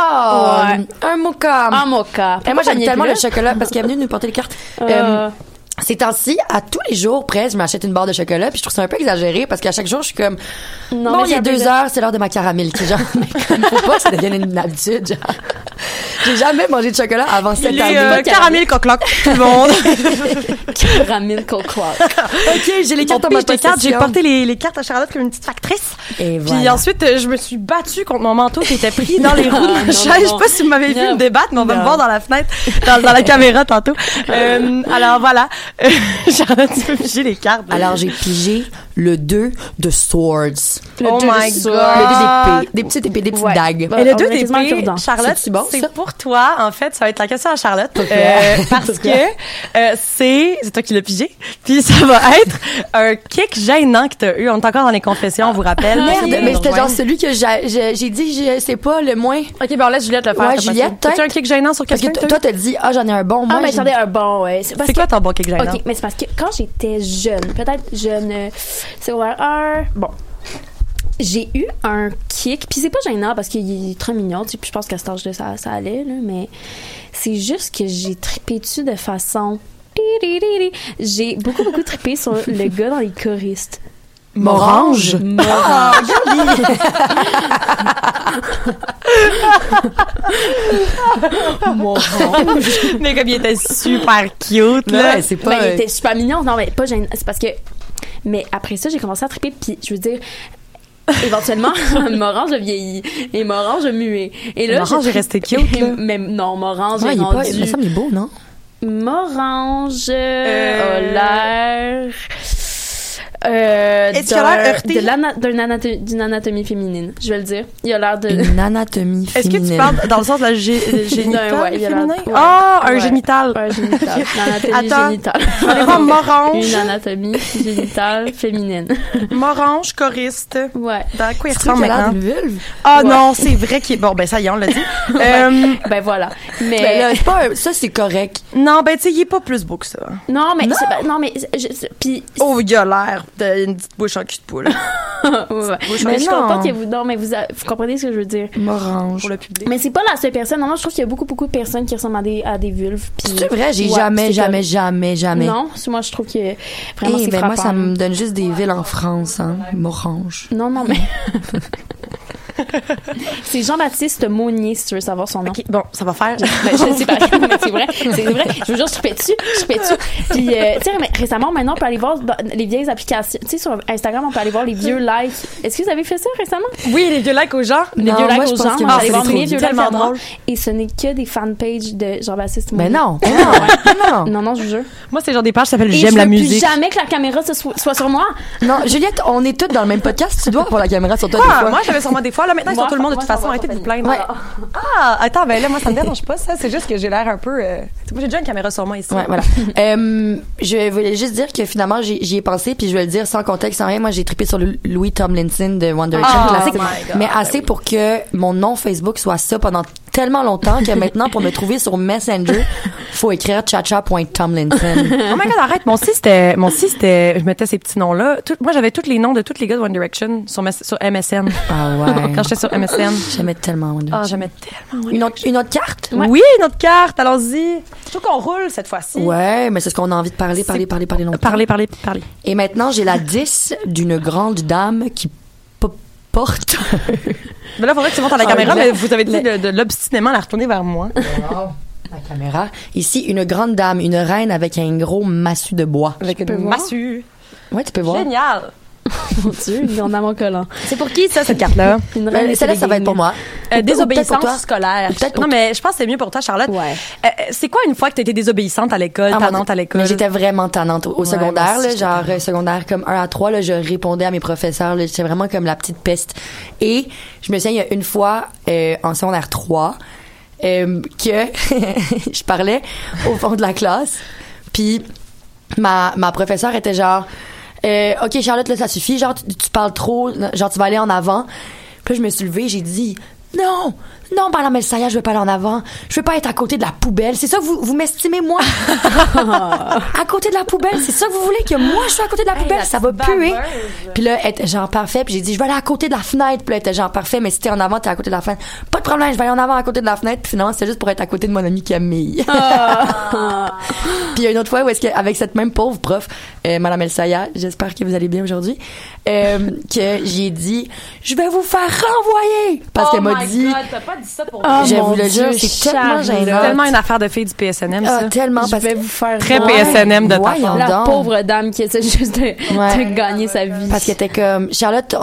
Ouais. un mocha. En mocha. Ah, Et Pourquoi moi, j'aime tellement j'en ai le plus, là? chocolat parce qu'il est venu nous porter les cartes. Euh, Euh, ces temps-ci, à tous les jours, presque, je m'achète une barre de chocolat, puis je trouve ça un peu exagéré parce qu'à chaque jour, je suis comme, Non, bon, mais il y a ça deux peut- heures, c'est l'heure de ma caramel, qui genre, mais comme, faut pas que ça devienne une habitude, genre. J'ai jamais mangé de chocolat avant cette Les année. euh, caramels coq-loc, tout le monde. Ramine cocoa. Ok, j'ai les cartes On en ma pige des cartes. J'ai possession. porté les, les cartes à Charlotte comme une petite factrice. Et Puis voilà. ensuite, euh, je me suis battue contre mon manteau qui était pris dans les roues de Ah, ma non, chaise. non, Je sais pas si vous m'avez vu Non. me débattre, mais on va me voir dans la fenêtre, dans, dans la caméra tantôt. Euh, alors voilà, Euh, Charlotte, tu peux piger les cartes. là. Alors, j'ai pigé le 2 de Swords. Le oh deux my de god. Le 2 d'épées. Des petites épées, des petites Ouais. dagues. Bah, Et le on 2 a des quasiment un P, cure-dent. Charlotte, C'est-tu bon, ça? c'est pour toi, en fait, ça va être la question à Charlotte. Euh, parce que euh, c'est... C'est toi qui l'as pigé. Puis ça va être un kick gênant que t'as eu. On est encore dans les confessions, on vous rappelle. Merde, Ah, mais c'était Ouais. genre celui que j'a- j'ai j'ai dit, j'ai- c'est pas le moins. OK, ben on laisse Juliette le faire. Ouais, t'as pas Juliette, fini. T'as-tu peut-être. un kick gênant sur Parce quelqu'un? que que toi, t'as t'as dit, ah, j'en ai un bon. Ah, Moi, mais j'ai- attendez, un bon, ouais. C'est eu? parce C'est quoi que- ton bon kick gênant? Ok, mais c'est parce que quand j'étais jeune, peut-être jeune, euh, secondaire 1, bon. J'ai eu un kick, puis c'est pas gênant parce qu'il est très mignon, tu sais, puis je pense qu'à cet âge-là, ça, ça allait, là, mais c'est juste que j'ai trippé dessus de façon. J'ai beaucoup, beaucoup trippé sur le gars dans les choristes. Morange. Ah, mais comme il était super cute, là. Ouais, c'est pas. Ben, il euh, était super mignon. Non, mais pas gênant. C'est parce que. Mais après ça, j'ai commencé à triper. Puis, je veux dire, éventuellement, Morange a vieilli. Et Morange a mué. Et là, Morange j'ai est resté cute, là. Mais non, Morange ouais, est il est pas. rendu. Il me semble il est beau, non? Morange Euh, a l'air. euh, Est-ce qu'il a l'air d'un- heurté? de l'ana- d'un anato- D'une anatomie féminine, je vais le dire. Il a l'air de. Une anatomie Est-ce féminine. que tu parles dans le sens de la gé- génitale Non, ouais, il y a féminin? la- ouais. Ah, un Ouais. génital. Ouais, génitale. L'anatomie Attends. génitale. Je vais aller voir Morange, Une anatomie génitale féminine. Morange, choriste. Ouais. Dans quoi il Tu trouves ressemble qu'il a l'air maintenant? d'une vulve? Ah Ouais. non, c'est vrai qu'il est... Bon, ben ça y est, on l'a dit. Euh, Ben voilà. Mais euh, Ben là, c'est pas un- ça, c'est correct. non, ben tu sais, il est pas plus beau que ça. non, mais c'est pas- non, mais je- je- puis Oh, il a l'air d'une petite bouche en cul de poule. ouais. mais mais je suis non. contente que vous non, mais vous a- vous comprenez ce que je veux dire. Morange. Pour le public. Mais c'est pas la seule personne. Non, moi, je trouve qu'il y a beaucoup beaucoup de personnes qui ressemblent à des à des vulves. puis- C'est vrai, j'ai Ouais, jamais, c'est jamais, jamais, comme- jamais. Non, c'est- moi je trouve que vraiment Eh, c'est ben frappant. moi, ça me donne juste des villes en France, hein. Morange. Non, non, mais c'est Jean-Baptiste Monnier si tu veux savoir son nom. Ok, bon, ça va faire. Ben, je sais pas, mais c'est vrai, c'est vrai. Je vous jure, je tripais dessus, je tripais dessus. Puis, euh, tu sais, mais récemment, maintenant, on peut aller voir dans les vieilles applications. Tu sais, sur Instagram, on peut aller voir les vieux likes. Est-ce que vous avez fait ça récemment? Oui, les vieux likes aux gens. Les Non, vieux moi, likes je aux pense gens, que on moi, peut aller c'est voir trop les vieux likes tellement à moi. drôle. Et ce n'est que des fanpages de Jean-Baptiste Mais Mounier. Ah, Ben non, mais non, mais non. Non, non, je vous jure. Moi, c'est genre des pages qui s'appellent Et J'aime je la veux musique. plus jamais que la caméra se soit, soit sur moi. Non, Juliette, on est toutes dans le même podcast. Tu dois avoir la caméra sur toi des Ah, fois. moi, j'avais sûrement des fois. Là, maintenant, ils sont Moi, tout le monde de moi, toute ça façon. va, Arrêtez de ça vous plaindre. Ouais. Ah, attends, ben là, moi, ça me dérange pas, ça. C'est juste que j'ai l'air un peu. euh, c'est pas- J'ai déjà une caméra sur moi ici. Ouais, voilà. Euh, je voulais juste dire que finalement, j'y j'y ai pensé, puis je vais le dire sans contexte, sans rien. Moi, j'ai trippé sur le Louis Tomlinson de One Direction Ah, classique, my God, mais assez pour que mon nom Facebook soit ça pendant tellement longtemps que maintenant, pour me trouver sur Messenger, faut écrire chacha.tomlinson. Oh my god, arrête. Mon si, c'était. Mon si, c'était. Je mettais ces petits noms-là. Tout- moi, j'avais tous les noms de tous les gars de One Direction sur, mes- sur MSN. Ah ouais. Quand j'étais sur MSN. J'aimais tellement One Direction. Ah, j'aimais tellement. une, autre, une autre carte? Oui, notre carte, allons-y. Je trouve qu'on roule cette fois-ci. Ouais, mais c'est ce qu'on a envie de parler, parler, parler, parler longtemps. Parlez, parlez, parlez. Et maintenant, j'ai la 10 d'une grande dame qui po- porte... Mais là, faudrait que tu montes à la Ah, caméra, oui, mais là. vous avez dit de, de l'obstinément la retourner vers moi. la caméra. Ici, une grande dame, une reine avec un gros massu de bois. Avec une voir? massue. Ouais, tu peux voir. Génial. Mon Dieu, ils en a mon collant. C'est pour qui, ça, cette carte-là? Une Euh, reine, Celle-là, c'est ça va des- être pour moi. Euh, Ou- ou peut-être pour désobéissance toi. scolaire. Ou peut-être pour non, mais je pense que c'est mieux pour toi, Charlotte. Ouais. Euh, euh, c'est quoi une fois que t'as été désobéissante à l'école, Ah, mon tannante Dieu. à l'école? ben, Mais J'étais vraiment tannante au, au secondaire, moi aussi, là, j'étais genre euh, secondaire comme 1 à 3, là, je répondais à mes professeurs, là, j'étais vraiment comme la petite peste. Et je me souviens, il y a une fois euh, en secondaire 3 euh, que je parlais au fond de la classe, puis ma, ma professeure était genre euh, OK Charlotte là ça suffit genre tu, tu parles trop genre tu vas aller en avant. Puis là, je me suis levée, j'ai dit non, non, Madame Elsaya, je veux pas aller en avant. Je veux pas être à côté de la poubelle. C'est ça, que vous, vous m'estimez, moi? à côté de la poubelle, c'est ça que vous voulez que moi je sois à côté de la poubelle? ça va puer. Puis là, elle était genre parfait. Puis j'ai dit, je vais aller à côté de la fenêtre. Puis là, elle était genre parfait, mais si t'es en avant, t'es à côté de la fenêtre. Pas de problème, je vais aller en avant à côté de la fenêtre. Puis finalement, c'était juste pour être à côté de mon amie Camille. Puis il y a une autre fois où est-ce qu'avec cette même pauvre prof, euh, Madame Elsaya, j'espère que vous allez bien aujourd'hui, euh, que j'ai dit, je vais vous faire renvoyer parce Oh qu'elle m'a dit, Ah, je mon vous le Dieu, jure, c'est tellement Charlotte. Ah, gênant, tellement une affaire de fille du PSNM, Ah, ça. tellement Je parce vais vous faire Très voir PSNM de ta Voyons part. La donc. pauvre dame qui essaie juste de, de gagner sa vie. parce qu'elle était comme, Charlotte,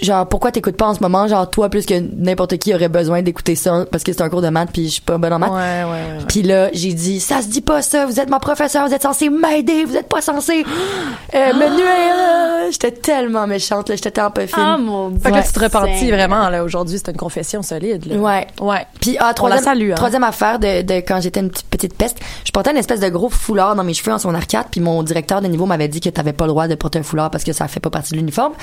genre pourquoi t'écoutes pas en ce moment, genre toi plus que n'importe qui aurait besoin d'écouter ça parce que c'est un cours de maths puis je suis pas bonne en maths. Ouais, ouais, ouais. Puis là, j'ai dit, ça se dit pas ça, vous êtes ma professeure, vous êtes censé m'aider, vous êtes pas censé euh, Ah! me nuire. là. J'étais tellement méchante, là, j'étais tellement pas fine. Ah mon dieu. Fait que là, tu te repentis Seigneur. vraiment, là, aujourd'hui. C'est une confession solide, là. Ouais. Ouais. Puis ah, troisième, la salue, hein. troisième affaire de, de quand j'étais une petite, petite peste, je portais une espèce de gros foulard dans mes cheveux en son arcade. Puis mon directeur de niveau m'avait dit que t'avais pas le droit de porter un foulard parce que ça fait pas partie de l'uniforme.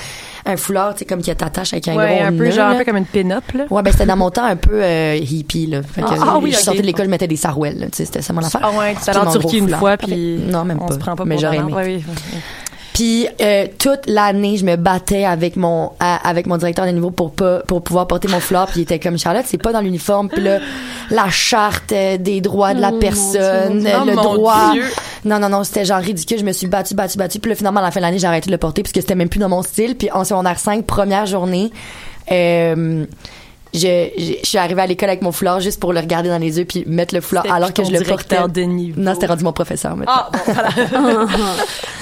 Un foulard, c'est comme qui t'attache avec un Ouais, gros un peu, nœud, genre, un là. peu comme une pin-up, là. Ouais, ben c'était dans mon temps un peu euh, hippie là. Fait que Ah, ah oui, je ok. sortais de l'école, je mettais des sarouels. là, tu sais, C'était ça mon affaire. Ah ouais, tu allais C'était en mon Turquie gros une foulard. fois, Parfait. puis non même on pas. se prend pas mais pour j'aurais talent. aimé. Ouais, oui. Puis euh, toute l'année, je me battais avec mon à- avec mon directeur de niveau pour pas pour pouvoir porter mon foulard. Puis il était comme Charlotte, c'est pas dans l'uniforme. Puis là, la charte euh, des droits de la personne, euh, Oh, le mon droit. Dieu. Non non non, c'était genre ridicule. Je me suis battue battue battue. Puis là, finalement à la fin de l'année, j'ai arrêté de le porter parce que c'était même plus dans mon style. Puis en secondaire 5, première journée. euh, je, je, je suis arrivée à l'école avec mon foulard juste pour le regarder dans les yeux puis mettre le foulard C'était alors plus que je ton le portais. directeur de niveau. Non, c'était rendu mon professeur. maintenant. Ah, bon, voilà.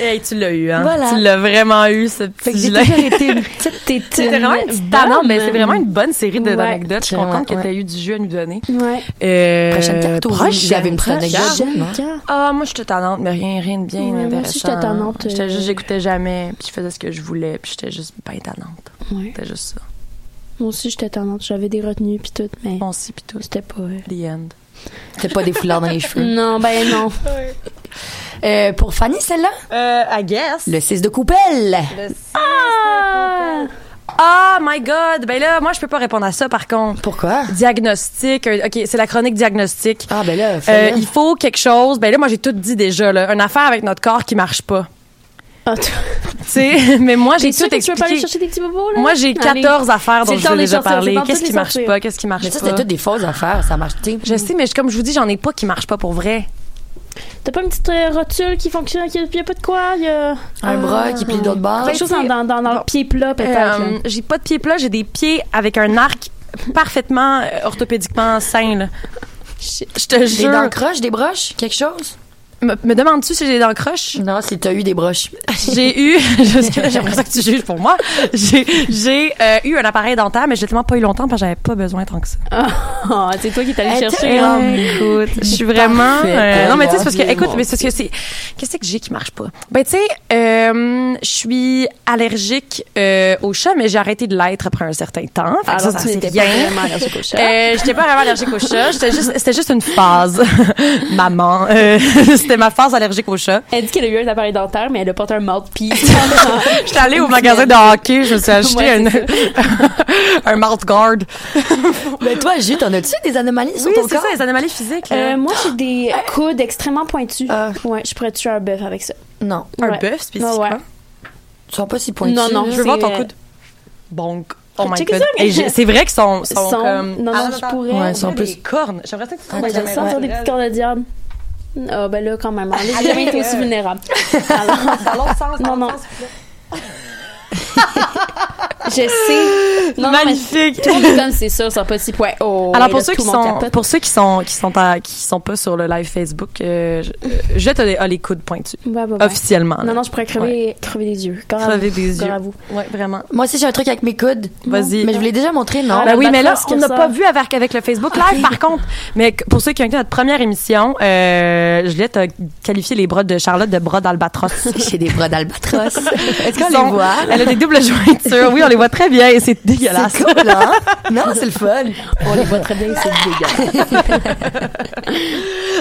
hey, tu l'as eu, hein. Voilà. Tu l'as vraiment eu, ce Fait petit que j'ai gilin. toujours été une petite C'est tétine. vraiment une petite tannante, mais c'est vraiment une bonne série de- Ouais. d'anecdotes. Je suis contente que Ouais. tu eu du jeu à nous donner. Ouais. Euh, Prochaine carte ou prochaine, j'avais une petite prochaine. anecdote. J'aime, hein. Ah, moi, j'étais tannante, mais rien, rien de bien Ouais, moi intéressant. aussi, j'étais tannante, euh. J'étais juste, j'écoutais jamais, puis je faisais ce que je voulais, puis j'étais juste bien tannante. Ouais. C'était juste ça. Moi aussi, j'étais tendante. J'avais des retenues puis tout, mais Bon, si, puis tout. c'était pas. euh, The end. T'as pas des foulards dans les cheveux. Non, ben non. Euh, pour Fanny, celle-là, Euh, I guess. le 6 de coupelle. Ah! Ah, my God! Ben là, moi, je peux pas répondre à ça, par contre. Pourquoi? Diagnostic. euh, OK, c'est la chronique diagnostic. Ah, ben là, Euh, fais-le. il faut quelque chose. Ben là, moi, j'ai tout dit déjà. Là. Une affaire avec notre corps qui marche pas. Ah, tu- Tu sais, mais moi, j'ai T'es sûre tout que tu veux pas aller expliqué. chercher des petits bobos, là? Moi, j'ai 14 affaires dont C'est le je temps vous ai de les déjà sortir, c'est parlé. le temps de Qu'est-ce les qui marche sortir. pas? Qu'est-ce qui marche Mais ça, c'était pas? toutes des fausses affaires, ça marche, tu sais. Je sais, mais je- comme je vous dis, j'en ai pas qui marchent pas pour vrai. T'as pas une petite euh, rotule qui fonctionne, qu'il y a pas de quoi? Il y a Ah. Un bras qui plie d'autre bord. Ben, quelque chose dans, dans, dans, dans le pied plat, peut-être. Euh, j'ai pas de pieds plats, j'ai des pieds avec un arc parfaitement euh, orthopédiquement sain. là. Je je te Des dents jure. croches, des broches, quelque chose? Me, me demandes-tu si j'ai des dents croches? Non, si t'as eu des broches. j'ai eu, parce que j'aimerais ça que tu juges pour moi, j'ai j'ai, euh, eu un appareil dentaire, mais j'ai tellement pas eu longtemps parce que j'avais pas besoin tant que ça. Ah, c'est toi qui t'es allé Elle chercher. t'a- hein. Euh, écoute, je suis vraiment. Parfait. euh, non, mais tu sais, c'est parce Mon que, Dieu, écoute, mon mais c'est parce que c'est. Qu'est-ce que j'ai qui marche pas? Ben, tu sais, euh, je suis allergique euh, au chat, mais j'ai arrêté de l'être après un certain temps. Fait que Alors, ça, ça, tu n'étais c'est pas bien. vraiment allergique au chat. Euh, j'étais pas vraiment allergique au chat, j'étais juste, c'était juste une phase. Maman, euh, c'était ma phase allergique au chat. Elle dit qu'elle a eu un appareil dentaire, mais elle a porté un mouthpiece. J'étais allée au magasin de hockey, je me suis acheté Ouais, un, un mouth guard. Ben, toi, Jus, t'en as as-tu des anomalies sur Oui, ton c'est corps? ça, les anomalies physiques. là. Euh, moi, j'ai des coudes extrêmement pointus. euh, Ah. Ouais, je pourrais tuer un bœuf avec ça. Non. un ouais. bœuf spécifiquement. Ouais, ouais. Tu sont pas si pointus. Non, non, là. Je veux voir C'est, ton euh, coude. Bon. Oh my Check it god. out, mais- Et j'ai- c'est vrai qu'ils sont, sont, Sont- comme. non, non, Ah, je pourrais. Ouais, ils sont Des plus- cornes. J'aimerais ça que Ah, tu te Ouais, fasses J'aime jamais ça, mal. dire des petites cornes de diable. Ah, ben là, quand même. Elle n'a jamais été aussi vulnérable. euh, Dans l'autre sens. Non, dans non. l'autre sens. Je sais. Non, non, mais Magnifique. tout le monde est comme c'est ça, ça pas si point. Oh, Alors et pour là, ceux, tout qui le monde sont, capote. pour ceux qui sont qui sont à- qui sont pas sur le live Facebook, euh, je, euh, je te les, ah, les coudes pointus Ouais, ouais, ouais. officiellement. là. Non, non, je pourrais crever, crever des yeux. Corps à Crever vous, des corps yeux. à vous. Ouais, vraiment. Moi aussi, j'ai un truc avec mes coudes. Vas-y. Mais je vous l'ai déjà montré, non? Ah, Ben oui, mais là, Albatros qui on n'a ressort. pas vu avec, avec le Facebook Live, par contre. Mais que- pour ceux qui ont été à notre première émission, euh, Juliette a qualifié les bras de Charlotte de bras d'albatros. J'ai des bras d'albatros. Est-ce qu'on Ils sont- les voit? Elle a des doubles jointures. Oui, on les voit très bien et c'est dégueulasse. C'est cool, hein? Non, c'est le fun. On les voit très bien, c'est dégueulasse.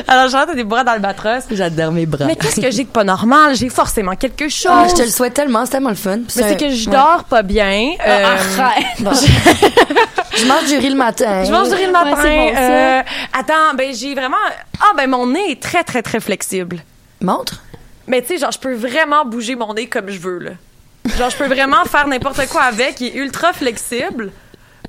Alors, Charlotte a des bras d'albatros. J'adore mes bras. Mais qu'est-ce que j'ai de pas normal? J'ai forcément quelque chose. Ah, je te le souhaite tellement, c'est tellement le fun. Puis mais c'est que je dors pas bien. euh, Bon. je mange du riz le matin. Hein? Je mange du riz le matin. Ouais, c'est bon, ça. euh, attends, ben j'ai vraiment. Ah ben mon nez est très très très flexible. Montre. Mais tu sais, genre je peux vraiment bouger mon nez comme je veux là. Genre je peux vraiment faire n'importe quoi avec. Il est ultra flexible.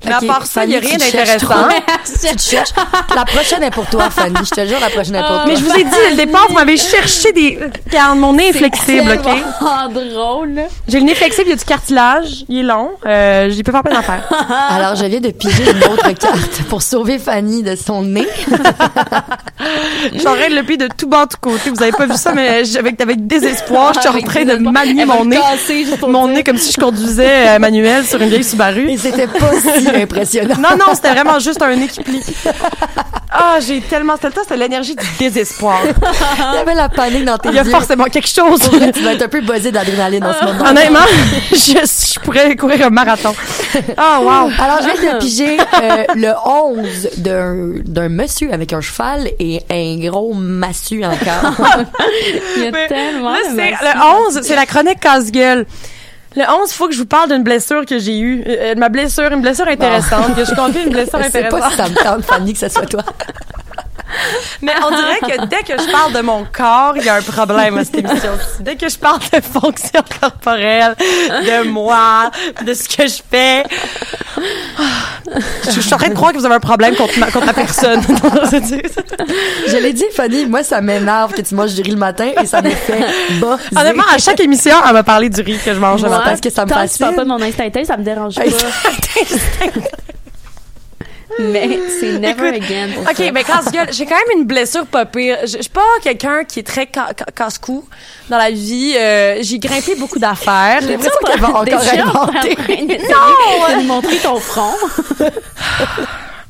Mais Ok, à part ça, il y a Fanny, rien tu te cherches d'intéressant. trop. tu te cherches. La prochaine est pour toi, Fanny. Je te jure, la prochaine est pour toi. Ah. Mais je vous ai dit dès le départ, vous m'avez cherché des. Car mon nez est flexible, ok. Ah, drôle, là. J'ai le nez flexible, il y a du cartilage, il est long. Euh, J'y peux faire plein d'affaires. Alors, je viens de piger une autre carte pour sauver Fanny de son nez. J'en règle le pied de tout bas, de tout côté. Vous avez pas vu ça, mais j- avec, avec désespoir, je suis en train de manier mon nez. Mon nez comme si je conduisais euh, manuel sur une vieille Subaru. Et c'était pas si impressionnant. Non, non, c'était vraiment juste un nez qui plie. Ah, j'ai tellement... C'était le temps, c'était l'énergie du désespoir. Il y avait la panique dans tes Il y a yeux. forcément quelque chose. Pour vrai, tu vas être un peu buzzé d'adrénaline en ce moment. Honnêtement, je, je pourrais courir un marathon. Ah, wow. Alors, je viens de piger euh, le 11 d'un- d'un monsieur avec un cheval et un gros massu encore. Il y a Mais tellement Là, de c'est masses. le 11, c'est la chronique casse-gueule. Le 11, faut que je vous parle d'une blessure que j'ai eue. Euh, euh, ma blessure, une blessure intéressante, que je confie une blessure Je sais intéressante. pas si ça me tente, Fanny, que ce soit toi. Mais on dirait que dès que je parle de mon corps, il y a un problème à cette émission-ci. Dès que je parle de fonction corporelle, de moi, de ce que je fais, ah, je, je suis en train de croire que vous avez un problème contre ma, contre ma personne. Je l'ai dit, Fanny, moi, ça m'énerve que tu manges du riz le matin et ça me fait bosser. Honnêtement, à chaque émission, elle m'a parlé du riz que je mange. le Moi, matin. parce que ça me tant fascine. tu parles pas de mon instinct T, ça me dérange pas. Mais c'est never again. pour ça. OK, mais casse-gueule, j'ai quand même une blessure pas pire. Je je suis pas quelqu'un qui est très ca- ca- casse-cou dans la vie. Euh, j'ai grimpé beaucoup d'affaires. J'ai l'impression qu'elle va encore Déjà, on est en inventer. train d'essayer de nous montrer ton front.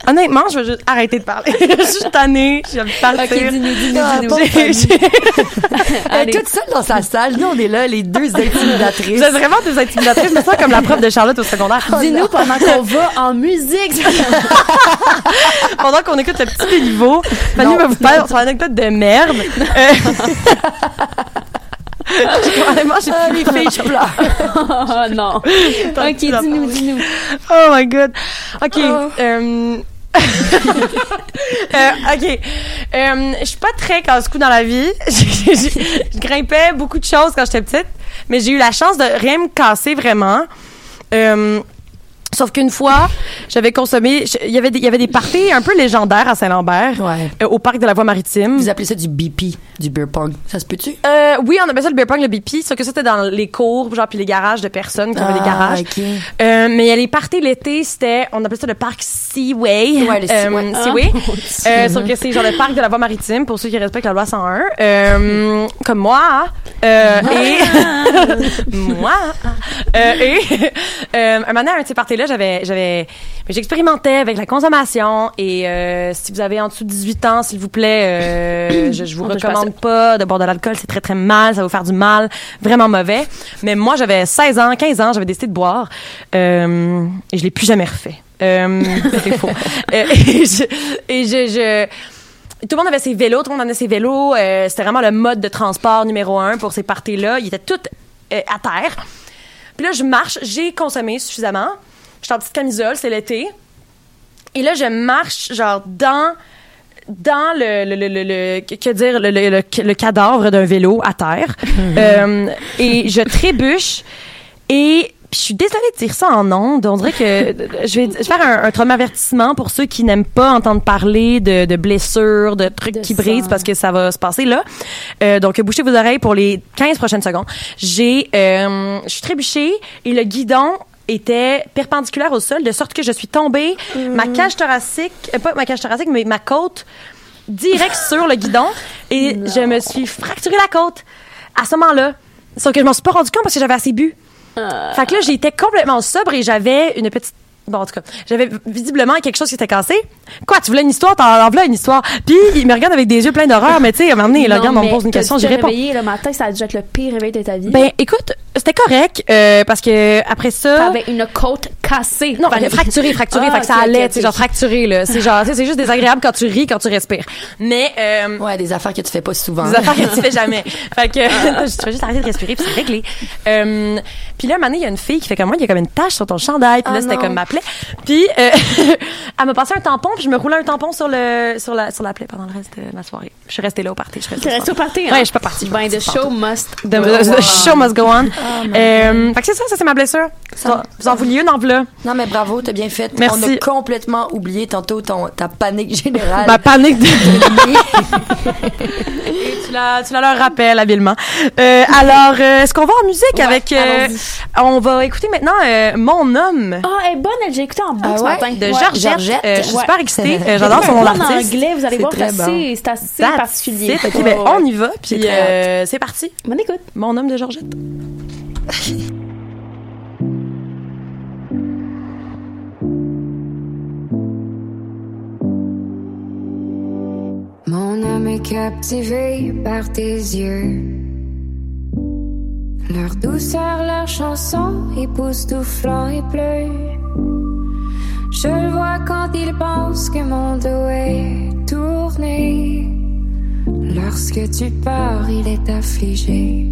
Honnêtement, je veux juste arrêter de parler. je suis tannée, je vais partir. Ok, dis-nous, dis-nous, Ah, dis-nous. j'ai- Euh, j'ai- Elle est Allez. toute seule dans sa salle. Nous, on est là, les deux intimidatrices. Vous êtes vraiment des intimidatrices, mais ça comme la prof de Charlotte au secondaire. Dis-nous pendant qu'on va en musique. Pendant qu'on écoute le petit déniveau, Fanny Non. va vous parler de son anecdote de merde. Euh... Honnêtement, j'ai Ah, les filles, je pleure. oh non. Ok, dis-nous, dis-nous. Oh my god. OK. euh, euh, OK. Euh, je suis pas très casse-cou dans la vie. Je- je je grimpais beaucoup de choses quand j'étais petite, mais j'ai eu la chance de rien me casser vraiment. Euh, Sauf qu'une fois, j'avais consommé. je- Il y avait des, il y avait des parties un peu légendaires à Saint-Lambert, Ouais. euh, au parc de la Voie-Maritime. Vous appelez ça du BP, du beer pong. Ça se peut-tu? Euh, oui, on appelait ça le beer pong, le BP, sauf que ça, c'était dans les cours, genre, puis les garages de personnes qui avaient des Ah, garages. ok. Euh, mais il y a les parties l'été, c'était, on appelait ça le parc Seaway. Ouais, le Euh, Seaway. Ah, Seaway. Euh, sauf que c'est genre le parc de la voie maritime, pour ceux qui respectent la loi 101. Euh, comme moi. hein. Euh, Ah. et... moi. hein. Euh, et... Euh, un moment donné, à un de ces parties-là, j'avais... j'avais mais J'expérimentais avec la consommation et euh, si vous avez en dessous de 18 ans, s'il vous plaît, euh, je, je vous On touche pas à ça. recommande pas de boire de l'alcool, c'est très très mal, ça va vous faire du mal, vraiment mauvais. Mais moi j'avais 16 ans, 15 ans, j'avais décidé de boire euh, et je l'ai plus jamais refait. Euh, c'est faux. Euh, et je, et je, je- tout le monde avait ses vélos, tout le monde amenait ses vélos. euh, C'était vraiment le mode de transport numéro un pour ces parties-là. Ils étaient tous euh, à terre. Puis là, je marche, j'ai consommé suffisamment. Je suis en petite camisole, c'est l'été. Et là, je marche, genre, dans dans le, le, le, le- le- que- que dire le, le- le- le cadavre d'un vélo à terre Euh, et je trébuche et puis je suis désolée de dire ça en ondes. On dirait que je vais, je vais faire un, un traumavertissement pour ceux qui n'aiment pas entendre parler de, de blessures, de trucs De qui ça. brisent parce que ça va se passer là. Euh, donc, bouchez vos oreilles pour les 15 prochaines secondes. J'ai, euh, je suis trébuchée et le guidon était perpendiculaire au sol, de sorte que je suis tombée, ma Mm. cage thoracique, euh, pas ma cage thoracique, mais ma côte direct sur le guidon et je me suis fracturé la côte à ce moment-là. Sauf que je m'en suis pas rendu compte parce que j'avais assez bu. Ah. Fait que là, j'étais complètement sobre et j'avais une petite. Bon, en tout cas, j'avais visiblement quelque chose qui était cassé. Quoi, tu voulais une histoire? T'en en voulais une histoire. Puis, il me regarde avec des yeux pleins d'horreur, mais tu sais, à un moment donné, là, Non, regarde, on me mais pose une t'as question, dû j'y te réponds. réveiller le matin, ça a dû être le pire réveil de ta vie. Ben, écoute, c'était correct, euh, parce que après ça. T'avais une côte cassée. Non, ben, fracturé, fracturé, Ah, fait que ça ok, allait, ok, tu sais, ok. genre fracturé, là. C'est genre, tu sais, c'est juste désagréable quand tu ris, quand tu respires. Mais, euh, Ouais, des affaires que tu fais pas souvent. des affaires que tu fais jamais. fait que je vais juste arrêter de respirer puis c'est réglé. Euh, puis là, un moment donné, il y a une fille qui fait comme moi, il y a comme une tache sur ton chandail. Puis là, Oh c'était non. comme ma plaie. Puis euh, elle m'a passé un tampon, puis je me roulais un tampon sur le sur la sur la plaie pendant le reste de ma soirée. Je suis restée là au party. Je suis restée T'es au Oh, resté au soir. party, hein? Ouais, je suis pas partie. Ben, the show must. The, the- the show must go on. euh, fait que c'est ça, ça c'est ma blessure. Vous en- vous en vouliez une en v'là. Non, mais bravo, t'as bien fait. Merci. On a complètement oublié tantôt ton, ta panique générale. Ma panique de Et tu la, tu la leur rappelles habilement. Euh, alors, euh, est-ce qu'on va en musique avec... euh, allons-y. on va écouter maintenant euh, Mon homme Ah, elle est bonne, elle- j'ai écouté en boucle Ah ce ouais? matin. de Ouais. Georgette. Georgette. Euh, je suis Ouais. super excitée. Euh, J'adore son nom En d'artiste. anglais, vous allez C'est voir, c'est très assez, c'est assez That's particulier. it. Ok, Ouais, ben, ouais. on y va, puis très euh, c'est parti. Bonne écoute. Mon homme de Georgette. Mon âme est captivée par tes yeux. Leur douceur, leur chanson, époustouflant et bleu. Je le vois quand ils pensent que mon dos est tourné. Lorsque tu pars, il est affligé.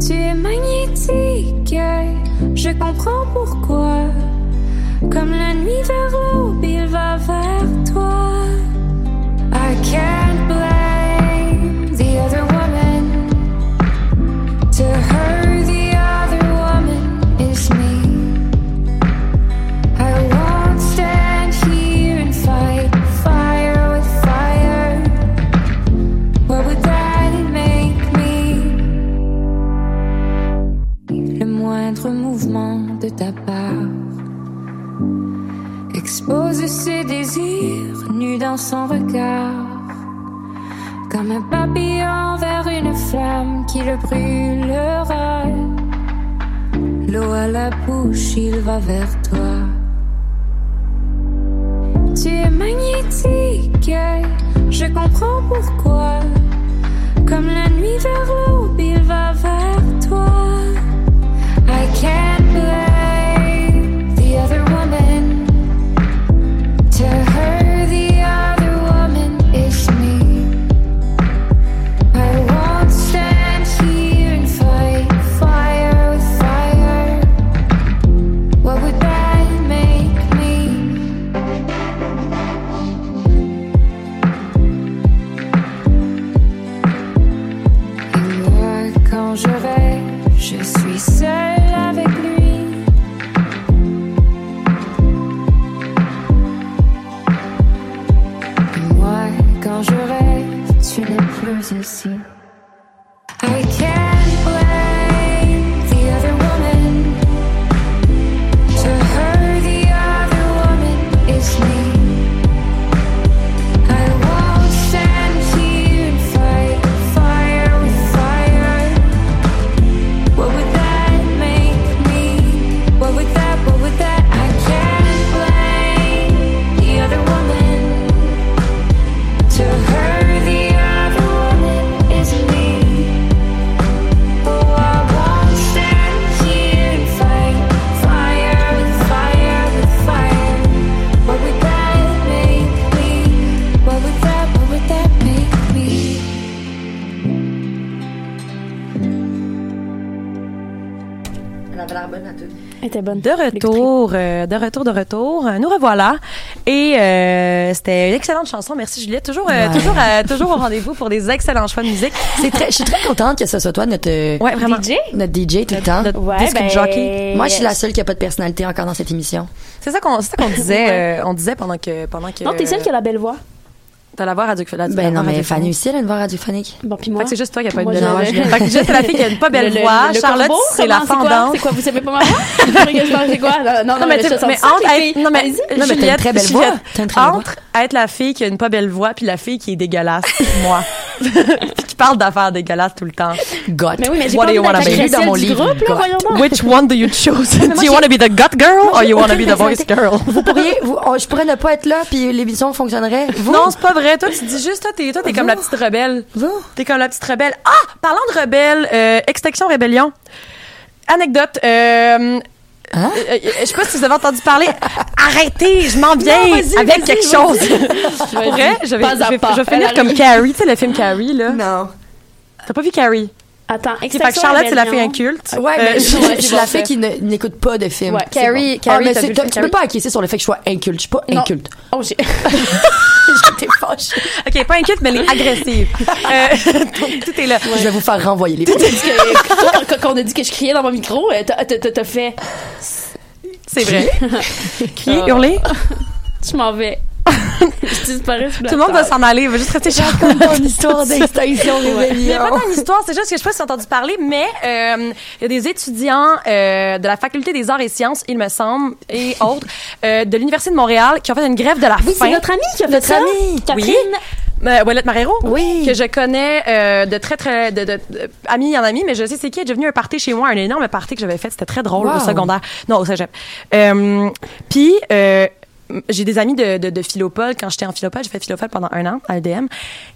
Tu es magnétique, je comprends pourquoi. Comme la nuit vers l'aube, il va vers toi. I can't blame the other woman. To her, the other woman is me. I won't stand here and fight fire with fire. What would that make me? Le moindre mouvement de ta part. Expose ses désirs nus dans son regard, comme un papillon vers une flamme qui le brûlera. L'eau à la bouche, il va vers toi. Tu es magnétique, je comprends pourquoi. Comme la nuit vers l'aube, il va vers toi. I can't blame the other woman. To her, the other woman is me. I won't stand here and fight fire with fire. What would that make me? Et moi, quand je vais, je suis seule avec lui. Moi, quand je rêve, tu n'es plus ici. I can't blame the other woman. To her, the other woman is me. I won't stand here and fight fire with fire. What would that make me? What would that, what would that? I can't blame the other woman. To her, the other woman is Oh, était bonne. De retour, euh, de retour, de retour. Euh, Nous revoilà. Et euh, c'était une excellente chanson. Merci Juliette. Toujours, euh, Ouais. toujours, euh, toujours au rendez-vous pour des excellents choix de musique. C'est très, je suis très contente que ce soit toi notre Ouais, vraiment. DJ? notre DJ tout le temps. notre Ouais, disque ben, jockey. Moi, je suis la seule qui a pas de personnalité encore dans cette émission. C'est ça qu'on, c'est ça qu'on disait, euh, on disait pendant que, pendant que. Non, t'es celle qui a la belle voix. T'as la voix radio. la- la Ben non, voix mais radiophonique. Fanny aussi, elle a une voix radiophonique. Bon, puis Fait moi. que c'est juste toi qui a pas une Moi, belle j'en voix. ai. Fait que juste la fille qui a une pas belle Le- le- voix. le Charlotte, combo, c'est la comment, quoi? fendante. C'est quoi, vous savez pas ma voix? Je crois que je pense, c'est quoi? Non, non, Non, mais, je tu- sens mais ça, entre, les être, filles. non, mais, euh, Allez-y. mais t'as une Juliette- très belle Juliette, voix. T'as une très belle entre être la fille qui a une pas belle voix puis la fille qui est dégueulasse, moi, Puis qui parle d'affaires dégueulasses tout le temps. God. Mais oui, mais j'ai What pas do you envie wanna d'être be? la Lu dans mon du livre, groupe, là, God. voyons donc. Which one do you choose? do you j'ai- want to be the gut girl or you want to be the voice personnalité. girl? Vous pourriez, vous, oh, je pourrais ne pas être là, puis l'émission fonctionnerait. Vous, Non, c'est pas vrai. Toi, tu dis juste, toi, t'es, toi, t'es comme la petite rebelle. vous. T'es comme la petite rebelle. Ah! Parlant de rebelle, euh, Extinction Rébellion. Anecdote. Euh, Hein? euh, euh, je sais pas si vous avez entendu parler. Arrêtez, je m'en viens vas-y, avec vas-y, quelque vas-y. chose. Pour vrai, je vais, Pas à je vais- pas. je vais finir Elle comme arrive. Carrie. Tu sais, le film Carrie, là. Non. T'as pas vu Carrie? Attends, C'est pas que Charlotte, c'est la fille inculte. Ah, Ouais, Euh, mais je, ouais, je c'est suis la bon, fille ça. qui ne- n'écoute pas de films. Ouais. C'est Carrie- bon. Carrie, Ah, mais t'as c'est- vu le t'as- film tu peux Carrie? pas acquiescer sur le fait que je sois inculte. Je suis pas Non. inculte. Oh, j'ai. J'étais fâchée. OK, pas inculte, mais elle est agressive. Euh, donc, tout est là. Je vais vous faire renvoyer les T'as dit que- toi, quand- quand on a dit que je criais dans mon micro, euh, t'as- t'as t'as- t'as fait. C'est vrai. Crier, hurler. Je m'en vais. je disparais sous la Tout le monde va table. s'en aller. Il va juste rester chez Comme ton histoire d'extinction Il n'y a pas rébellion. tant d'histoire, c'est juste que je sais pas si t'as entendu parler, mais euh, il y a des étudiants euh, de la faculté des arts et sciences, il me semble, et autres, euh, de l'université de Montréal, qui ont fait une grève de la Oui, faim. c'est notre amie qui a fait Notre ça. amie. Catherine. Euh, Wallet Marrero, Oui. que je connais euh, de très très de, de- de- ami en ami, mais je sais c'est qui est devenu un party chez moi, un énorme party que j'avais fait, c'était très drôle Wow. au secondaire, non au cégep. Euh, Puis euh, j'ai des amis de, de, de Philopole quand j'étais en Philopole, j'ai fait Philopole pendant un an à l'EDM,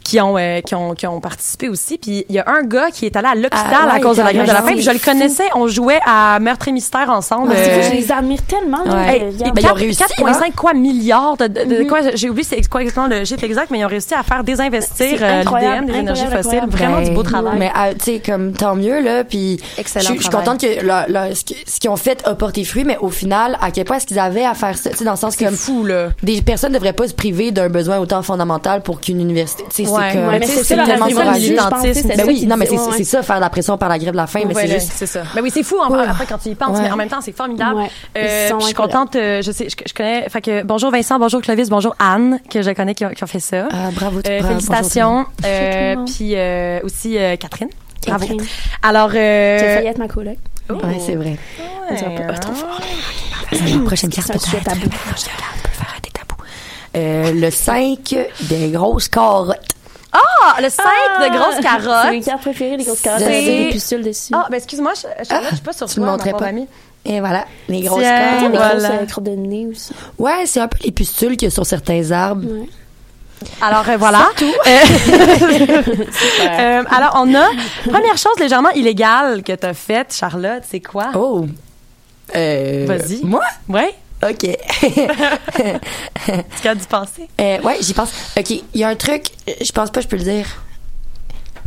qui ont euh, qui ont qui ont participé aussi. Puis il y a un gars qui est allé à l'hôpital Ah, ouais, à cause de la il grève de la faim. était puis Je le fou. connaissais, on jouait à Meurtre et Mystère ensemble. C'est fou, euh, je les admire tellement. là. Ouais. Euh, Hey, regarde. ben, ils ont réussi, 4,5 quoi milliards de, de- de quoi j'ai oublié c'est quoi exactement le chiffre exact mais ils ont réussi à faire désinvestir C'est euh, l'IDM incroyable, des énergies incroyable, fossiles incroyable. vraiment du beau Ben, travail Mais ah, tu sais, comme tant mieux là. Puis Excellent je suis- Je suis travail. contente que leur- leur- ce qui- ce qu'ils ont fait a porté fruit, mais au final, à quel point est-ce qu'ils avaient à faire ça Tu sais, dans le sens c'est comme fou là des personnes ne devraient pas se priver d'un besoin autant fondamental pour qu'une université. Tu sais, Ouais, c'est comme ouais, mais tu sais, c'est c'est ça la tellement raison du courageux. militantisme. Ben Ben ça oui, qu'ils non, mais c'est disent. Ouais, c'est ouais. ça, faire de la pression par la grève de la faim, mais Ouais, c'est là, juste. c'est ça. Ben oui, c'est fou en- Ouais. après quand tu y penses, Ouais. mais en même temps, c'est formidable. Ouais. Euh, Ils sont puis je suis incroyables. contente, euh, je sais je, je connais fait que bonjour Vincent, bonjour Clovis, bonjour Anne que je connais qui ont, qui ont fait ça. Ah, bravo, tu Euh, bravo, félicitations Merci euh, tout le monde. puis euh, aussi euh, Catherine. Bravo. Catherine. Alors euh, J'ai failli être ma coloc. oh. bonjour. Ouais, c'est vrai. Ouais. Prochaine carte, C'est un sujet peut-être. tabou. Prochaine carte, on peut faire des tabous. Euh, le 5 des grosses carottes. Ah, le 5 de grosses C'est carottes. mes cartes préférées, les grosses carottes. C'est- avec des pustules dessus. Ah, ben excuse-moi, je- Charlotte, je suis pas sur tu toi, me montrais ma pauvre pas. amie. Et voilà, les grosses Ah, Tiens, Des carottes. voilà. grosses euh, crottes de nez aussi. Ouais, c'est un peu les pustules qu'il y a sur certains arbres. Alors euh, voilà. Euh, euh, alors on a première chose légèrement illégale que t'as faite, Charlotte, c'est quoi Oh! Euh, Vas-y. Moi? Ouais, OK. tu as dû penser. Euh, ouais, j'y pense. OK, il y a un truc, euh, je pense pas que je peux le dire.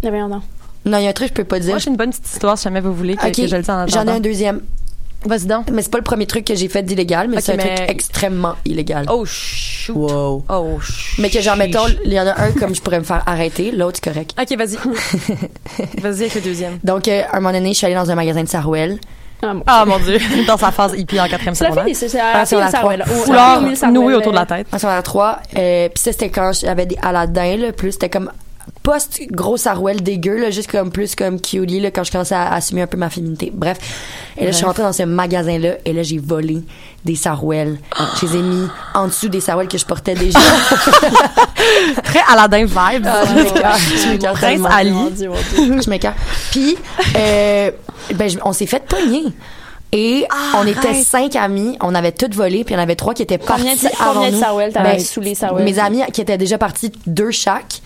Non, mais non. Non, il y a un truc que je peux pas dire. Moi, j'ai une bonne petite histoire si jamais vous voulez que, Ok, que je le dise J'en en ai attendant. un deuxième. Vas-y donc. Mais c'est pas le premier truc que j'ai fait d'illégal, mais Ok, c'est un mais- truc extrêmement illégal. Oh shoot. Wow. Oh shoot. Mais que genre, mettons, il y en a un comme je pourrais me faire arrêter, l'autre c'est correct. OK, vas-y. vas-y avec le deuxième. Donc, euh, à un moment donné, je suis allée dans un magasin de Sarouel. Ah Oh hein. mon dieu, dans sa phase hippie en quatrième C'est la secondaire. fille des. C'est la sur fille la de Sarwell. trois. Oh, Foulard la fille de Sarwell, noué autour de la euh, tête. En secondaire 3. Euh, Puis ça, c'était quand j'avais des Aladdin, là, plus c'était comme post gros sarouel dégueu, là, juste comme plus comme cutie, là, quand je commençais à assumer un peu ma féminité. Bref. Et là, je suis rentrée dans ce magasin-là, et là, j'ai volé des sarouels. Je les ai mis en dessous des sarouels que je portais déjà. Très Aladdin vibe. je Ah, m'écarte. Je m'écarte Prince tellement. Ali. Mon Dieu, mon Dieu. Je m'écarte. Puis, euh, ben, je- on s'est fait pogner. Et on était cinq amis, on avait toutes volé, puis il y en avait trois qui étaient Combien partis de- avant combien de nous. Sarwell Ben, t'avais saoulé, Sarwell? Mes amis qui étaient déjà partis deux chaque,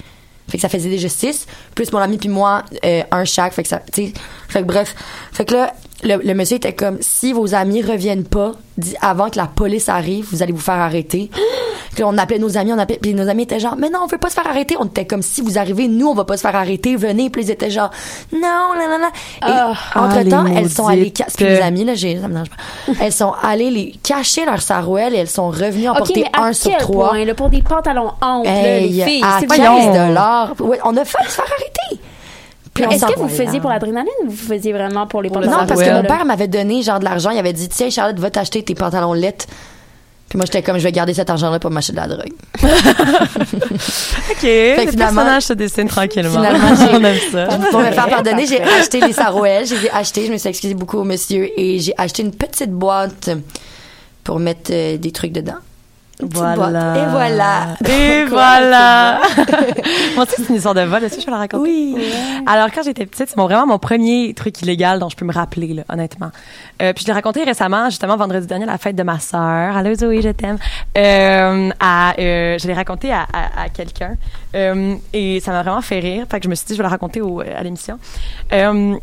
fait que ça faisait déjà six, plus mon ami puis moi euh, un chaque, fait que ça, tu sais, fait que bref, fait que là le, le monsieur était comme si vos amis reviennent pas dit, avant que la police arrive, vous allez vous faire arrêter. puis là, on appelait nos amis, on appelait, puis nos amis étaient genre mais non, on veut pas se faire arrêter. On était comme si vous arrivez, nous on va pas se faire arrêter, venez. Puis ils étaient genre non, non, non, non. Ah, Et entre temps, ah, les elles sont allées maudites. ca- puis mes amis là, j'ai ça me dérange pas. elles sont allées les cacher leurs sarouels et elles sont Ah, revenues en OK, porter mais à un sur quel trois. point, là, pour des pantalons amples, là, les Hey, filles, à Ah, c'est 15 ah, voyons. dollars. Ouais, on a failli se faire arrêter. Puis on Est-ce s'en que vous voyait. faisiez pour l'adrénaline ou vous faisiez vraiment pour les pantalons Non, parce que Ouais. mon père m'avait donné genre de l'argent. Il avait dit Tiens, Charlotte, va t'acheter tes pantalons lettres. Puis moi, j'étais comme Je vais garder cet argent-là pour m'acheter de la drogue. OK. le finalement- personnage se dessine tranquillement. Finalement, j'ai- on aime ça. Pour me faire pardonner, j'ai acheté les sarouels. J'ai acheté, je me suis excusée beaucoup au monsieur et j'ai acheté une petite boîte pour mettre euh, des trucs dedans. Une petite boîte. Et voilà. Et Quoi, voilà. Moi, tu sais, c'est une histoire de vol. Est-ce que je peux la raconter? Oui. Alors, quand j'étais petite, c'est mon- vraiment mon premier truc illégal dont je peux me rappeler, là, honnêtement. Euh, puis je l'ai raconté récemment, justement, vendredi dernier, à la fête de ma sœur. Allô, Zoé, je t'aime. Euh, à, euh, je l'ai raconté à, à- à quelqu'un. Euh, et ça m'a vraiment fait rire. Fait que je me suis dit, je vais le raconter au- à l'émission. Euh,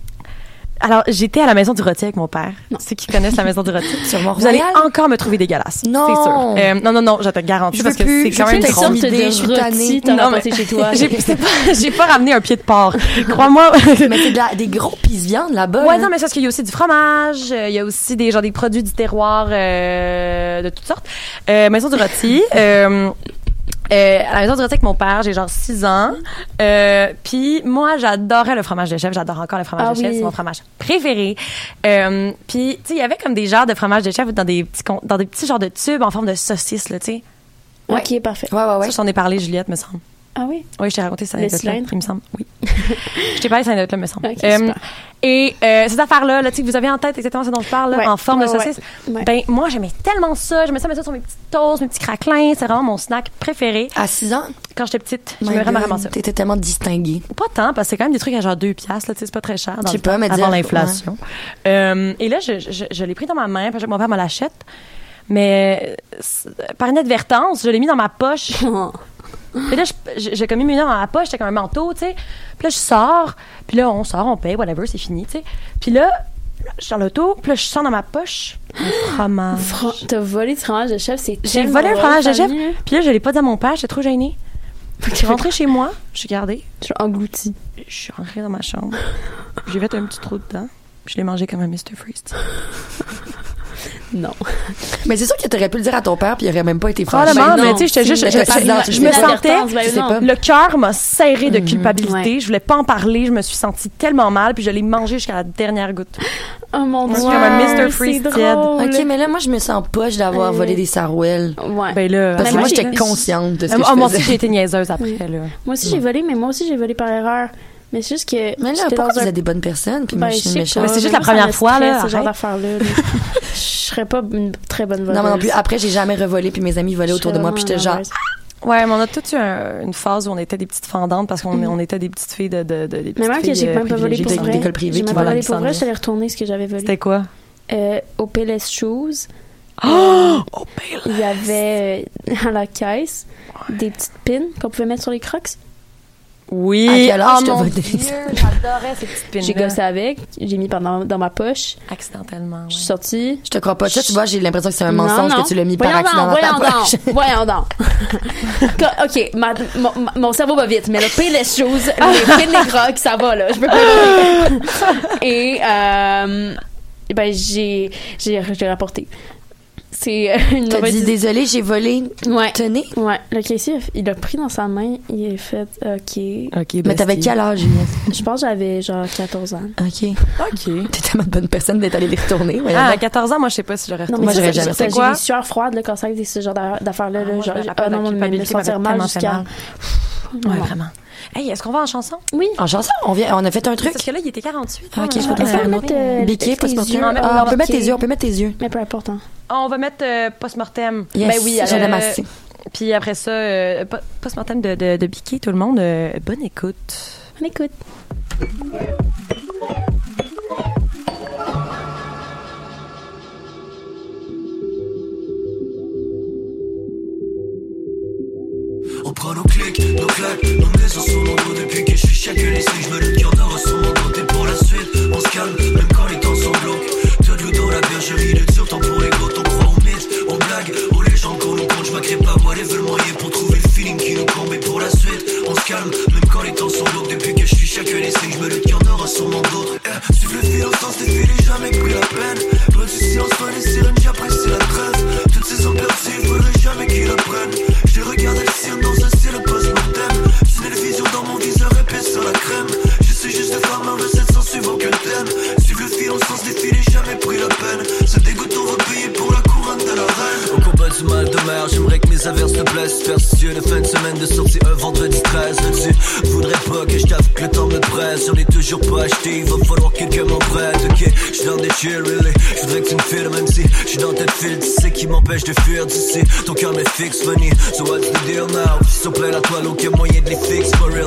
alors, j'étais à la maison du rôti avec mon père. Ceux qui connaissent la maison du rôti. Sur Mont-Royal? Vous allez encore me trouver dégueulasse. Non. C'est sûr. Euh, non, non, non, je te garantis Je parce veux que plus. c'est Je quand veux même plus Quelle une drôle. sorte idée, je suis de tannée. rôti t'en as Non, passé mais- chez toi? J'ai c'est pas- j'ai pas ramené un pied de porc. Crois-moi. Mais c'est de la- des gros pisse-viandes là-bas. Ouais, là. non, mais c'est parce qu'il y a aussi du fromage, euh, il y a aussi des, genre, des produits du terroir euh, de toutes sortes. Euh, maison du rôti. euh, euh, à la maison du rôti avec mon père, j'ai genre 6 ans. Euh, Puis moi, j'adorais le fromage de chèvre. J'adore encore le fromage Ah de chèvre. oui. C'est mon fromage préféré. Euh, Puis, tu sais, il y avait comme des genres de fromage de chèvre dans des petits, con- dans des petits genres de tubes en forme de saucisse, là, tu sais. OK, parfait. Ouais, ouais, ouais. Ça, j'en ai parlé, Juliette, me semble. Ah oui? Oui, je t'ai raconté cette Le anecdote-là, cylindre? il me semble. Oui. je t'ai parlé de cette anecdote-là, me semble. Ok, Euh, super. et euh, cette affaire-là, là, tu sais, que vous avez en tête exactement ce dont je parle, là, Ouais. en forme de Ouais, ouais. saucisse, Ouais. ben moi, j'aimais tellement ça. J'aimais ça mettre ça sur mes petites toasts, mes petits craquelins. C'est vraiment mon snack préféré. À 6 ans, Quand j'étais petite, my j'aimais vraiment, God, vraiment ça. T'étais tellement distinguée. Pas tant, parce que c'est quand même des trucs à genre 2 piastres, là, tu sais, c'est pas très cher. dans Je sais le pas, temps, mais Avant dire- l'inflation. Euh, et là, je, je, je l'ai pris dans ma main, parce que mon père me l'achète. Mais euh, c'est- par inadvertance, je l'ai mis dans ma poche. Puis là, je- je- j'ai comme mis mes dents dans la poche, j'étais comme un manteau, tu sais. Puis là, je sors, puis là, on sort, on paye, whatever, c'est fini, tu sais. Puis là, je suis dans l'auto, puis là, je sors dans ma poche un fromage. Fran- T'as volé du fromage de chef, c'est J'ai tellement volé le drôle, fromage de chef, famille, puis là, je l'ai pas dit à mon père, j'étais trop gênée. Fait que je suis rentrée chez moi, j'ai gardé, Je suis engloutie. je suis rentrée dans ma chambre, j'ai fait un petit trou dedans, puis je l'ai mangé comme un Mr. Freeze. Non. Mais c'est sûr que t'aurais pu le dire à ton père, puis il aurait même pas été fâché. Probablement, Ben non, mais tu sais, j'étais si, juste, mais je, c'est pas je- dans- je c'est me dans sentais, l'advertence, ben tu sais non. pas. le cœur m'a serré Mhm. de culpabilité, Ouais. je voulais pas en parler, je me suis sentie tellement mal, puis je l'ai mangé jusqu'à la dernière goutte. Oh mon dieu. suis comme un Mr. c'est Freeze tiède. drôle. Ok, mais là, moi, je me sens poche d'avoir Euh, volé des sarouels. Ouais. Ben là, Parce que Mais moi, moi, j'étais j'ai- consciente de ce Ah, que moi- ah, moi je aussi, j'ai faisais. été niaiseuse après, là. Moi aussi, j'ai volé, mais moi aussi, j'ai volé par erreur. Mais c'est juste que. Mais là, j'étais pourquoi dans vous un- êtes des bonnes personnes, puis moi, Ben, je je suis sais méchante. Mais pas, c'est juste moi, la ça première me fois, là, stresse, Ce genre arrête. d'affaires-là. là. Je serais pas une très bonne voleuse. hein? Non, moi non plus. Après, j'ai jamais revolé, puis mes amis Je volaient autour de moi, puis serais j'étais genre... vraiment Ouais, mais on a toutes eu un- une phase où on était des petites fendantes parce qu'on on était des petites filles de. de, de- des petites Mais même que filles, j'ai euh, même pas volé privilégiées pour d'école vrai. privée J'ai qui même vole pas à volé pour vrai, Alexandre. je t'allais retourner ce que j'avais volé. C'était quoi? Euh, au PLS Shoes. Oh! euh, Il y avait euh, à la caisse des petites pins qu'on pouvait mettre sur les crocs. Oui! À quel âge oh, t'as mon volé Dieu, ça? J'adorais ces petites pins J'ai gossé avec, j'ai mis pendant, dans ma poche, Accidentellement. ouais. je suis sortie. Je te crois pas. Ça, tu vois, j'ai l'impression que c'est un Non, mensonge non. que tu l'as mis par Voyons accident donc, dans ta voyons poche. donc, Voyons donc. Quand- OK, ma- mon- mon- mon cerveau va vite, mais le pire les choses, les pins des crocs, ça va, là. Je peux pas le dire. Et, euh, ben, j'ai, j'ai, j'ai rapporté. C'est euh, une T'as mauvaise dit, idée. désolé, j'ai volé. Ouais. Tenez. Ouais, le caissier, il l'a pris dans sa main, il a fait OK. Ok, Mais t'avais bestie. quel âge, Juliette? Je pense que j'avais genre 14 ans. OK. Ok. T'es tellement de bonne personne d'être allée les retourner. voyons Ah, à donc. 14 ans, moi, je sais pas si j'aurais Non, retourné. mais Moi, ça, j'aurais ça, jamais ça, fait. J'ai des sueurs froides là, quand ça avec des- ce genre d'a- d'affaires-là. Ah, là, moi, je genre, me j'ai- rappelle ah non, de la mais me culpabilité, sentir m'avait tellement mal fait jusqu'à. mal. Ouais, Ah, vraiment. Hey, est-ce qu'on va en chanson? Oui. En chanson, on, vient, on a fait un truc. Parce que là, il était 48. Ah, hein, ok, on je va vais te faire mettre- un autre, euh, Biquet, tes post-mortem. yeux. Ah, on peut Ah, mettre ok. tes yeux, on peut mettre tes yeux. Mais peu importe. hein. On va mettre euh, post-mortem. Yes, Ben oui, j'en euh, ai assez. Puis après ça, euh, po- post-mortem de, de, de Biquet, tout le monde. euh, bonne écoute. On écoute. On prend nos clics, nos claques, nos maisons sont nombreux depuis que je suis chaque lycée. Je me le cœur d'or à son côté pour la suite. On se calme, même quand les temps sont glauques. T'as de l'eau dans la bergerie, de tir tant pour les gouttes. On croit aux mythes, aux blagues, aux légendes qu'on nous compte. Je m'agrée pas, moi les veulent moyen pour trouver le feeling qui nous combe. Et pour la suite, on se calme, même quand les temps sont glauques. Depuis que je suis chaque lycée, je me le cœur d'or à son d'autres. Eh, suive le fil sans défiler, jamais pris la peine. Loin du silence, fin des sirènes, j'apprécie la trêve. Toutes ces emperses, il faudrait jamais qu'ils apprennent. J'ai regardé le ciel dans un ciel post-mortem. J'ai une vision dans mon viseur épais sur la crème. J'essaie juste de faire ma recette sans suivre aucun thème. Suivre le fil en sens défilé, jamais pris la peine. Ça dégoûte, on va payer pour la couronne de la reine. Au combat du mal de mer, j'aimerais que mes averses te blessent. Superstitieux, une fin de semaine de sortie, un vendredi 13. Tu voudrais pas que je tape que le temps me presse. J'en ai toujours pas acheté, il va falloir que quelqu'un m'en prête. Ok, je suis dans des chill, really. Je voudrais que tu me files, même si je suis dans tes fil. Tu sais qui m'empêche de fuir d'ici. Ton cœur me fixe, funny. So what's the deal now? S'il te plaît, la toile, aucun moyen de les fixe, for real.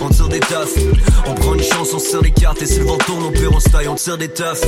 On tire des tafs, on prend une chance, on serre les cartes. Et si le vent tourne, on perd, on se taille, on tire des tafs.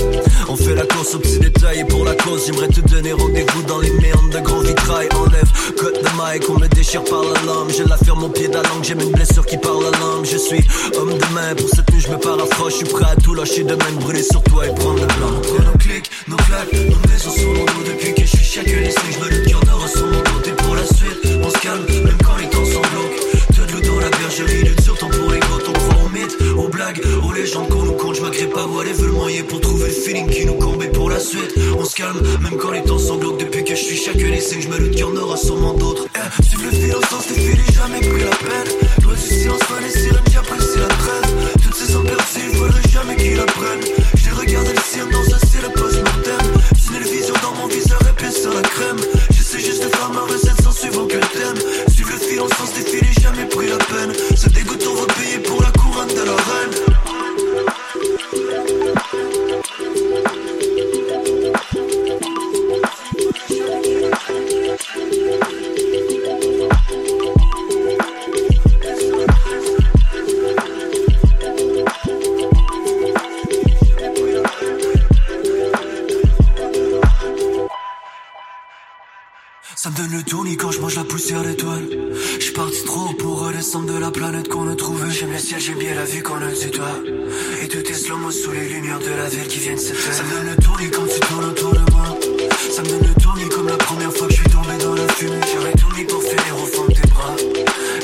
On fait la course aux petits détails, et pour la cause, j'aimerais te donner rendez-vous dans les méandres de grands vitrail. Enlève, cut the mic, on me déchire par la lame. Je la ferme au pied de la langue, j'ai une blessure qui parle la langue. Je suis homme de main, pour cette nuit, je me paraphrase. Je suis prêt à tout lâcher de même, brûler sur toi et prendre le blanc. Entre nos clics, nos claques, nos maisons sont en nous depuis que je suis chaque lycée. Je me le cœur d'or à son côté pour la suite. On se calme, même quand les temps sont glauques. T'as de l'eau dans la bergerie, le tir tant pour les gouttes. On croit aux mythes, aux blagues, aux légendes qu'on nous compte. Je m'agrée pas, moi, les veulent moyen pour trouver le feeling qui nous combe. Et pour la suite, on se calme, même quand les temps sont glauques. Depuis que je suis chaque lycée, je me le cœur d'or à sûrement d'autres. Eh, suive le fil au sens des filets, jamais pris la peine. Loin du silence, fin les sirènes, j'apprécie la trêve. Toutes ces emperses, il faudrait jamais qu'ils apprennent. J'ai regardé le ciel dans un ciel post-mortem. J'ai une vision dans mon viseur épais sur la crème. J'essaie juste de faire ma recette sans suivre aucun thème. Suive le fil en sens défilé, jamais pris la peine. Ça dégoûte, on va payer pour la couronne de la reine. Ça me donne le tournis quand je mange la poussière d'étoiles. Je suis parti trop haut pour redescendre de la planète qu'on a trouvée. J'aime le ciel, j'aime bien la vue qu'on a du doigt. Et tout est slow sous les lumières de la ville qui viennent se faire. Ça me donne le tournis quand tu tournes autour de moi. Ça me donne le tournis comme la première fois que je suis tombé dans la fumée. J'aurais tout mis pour finir au fond de tes bras.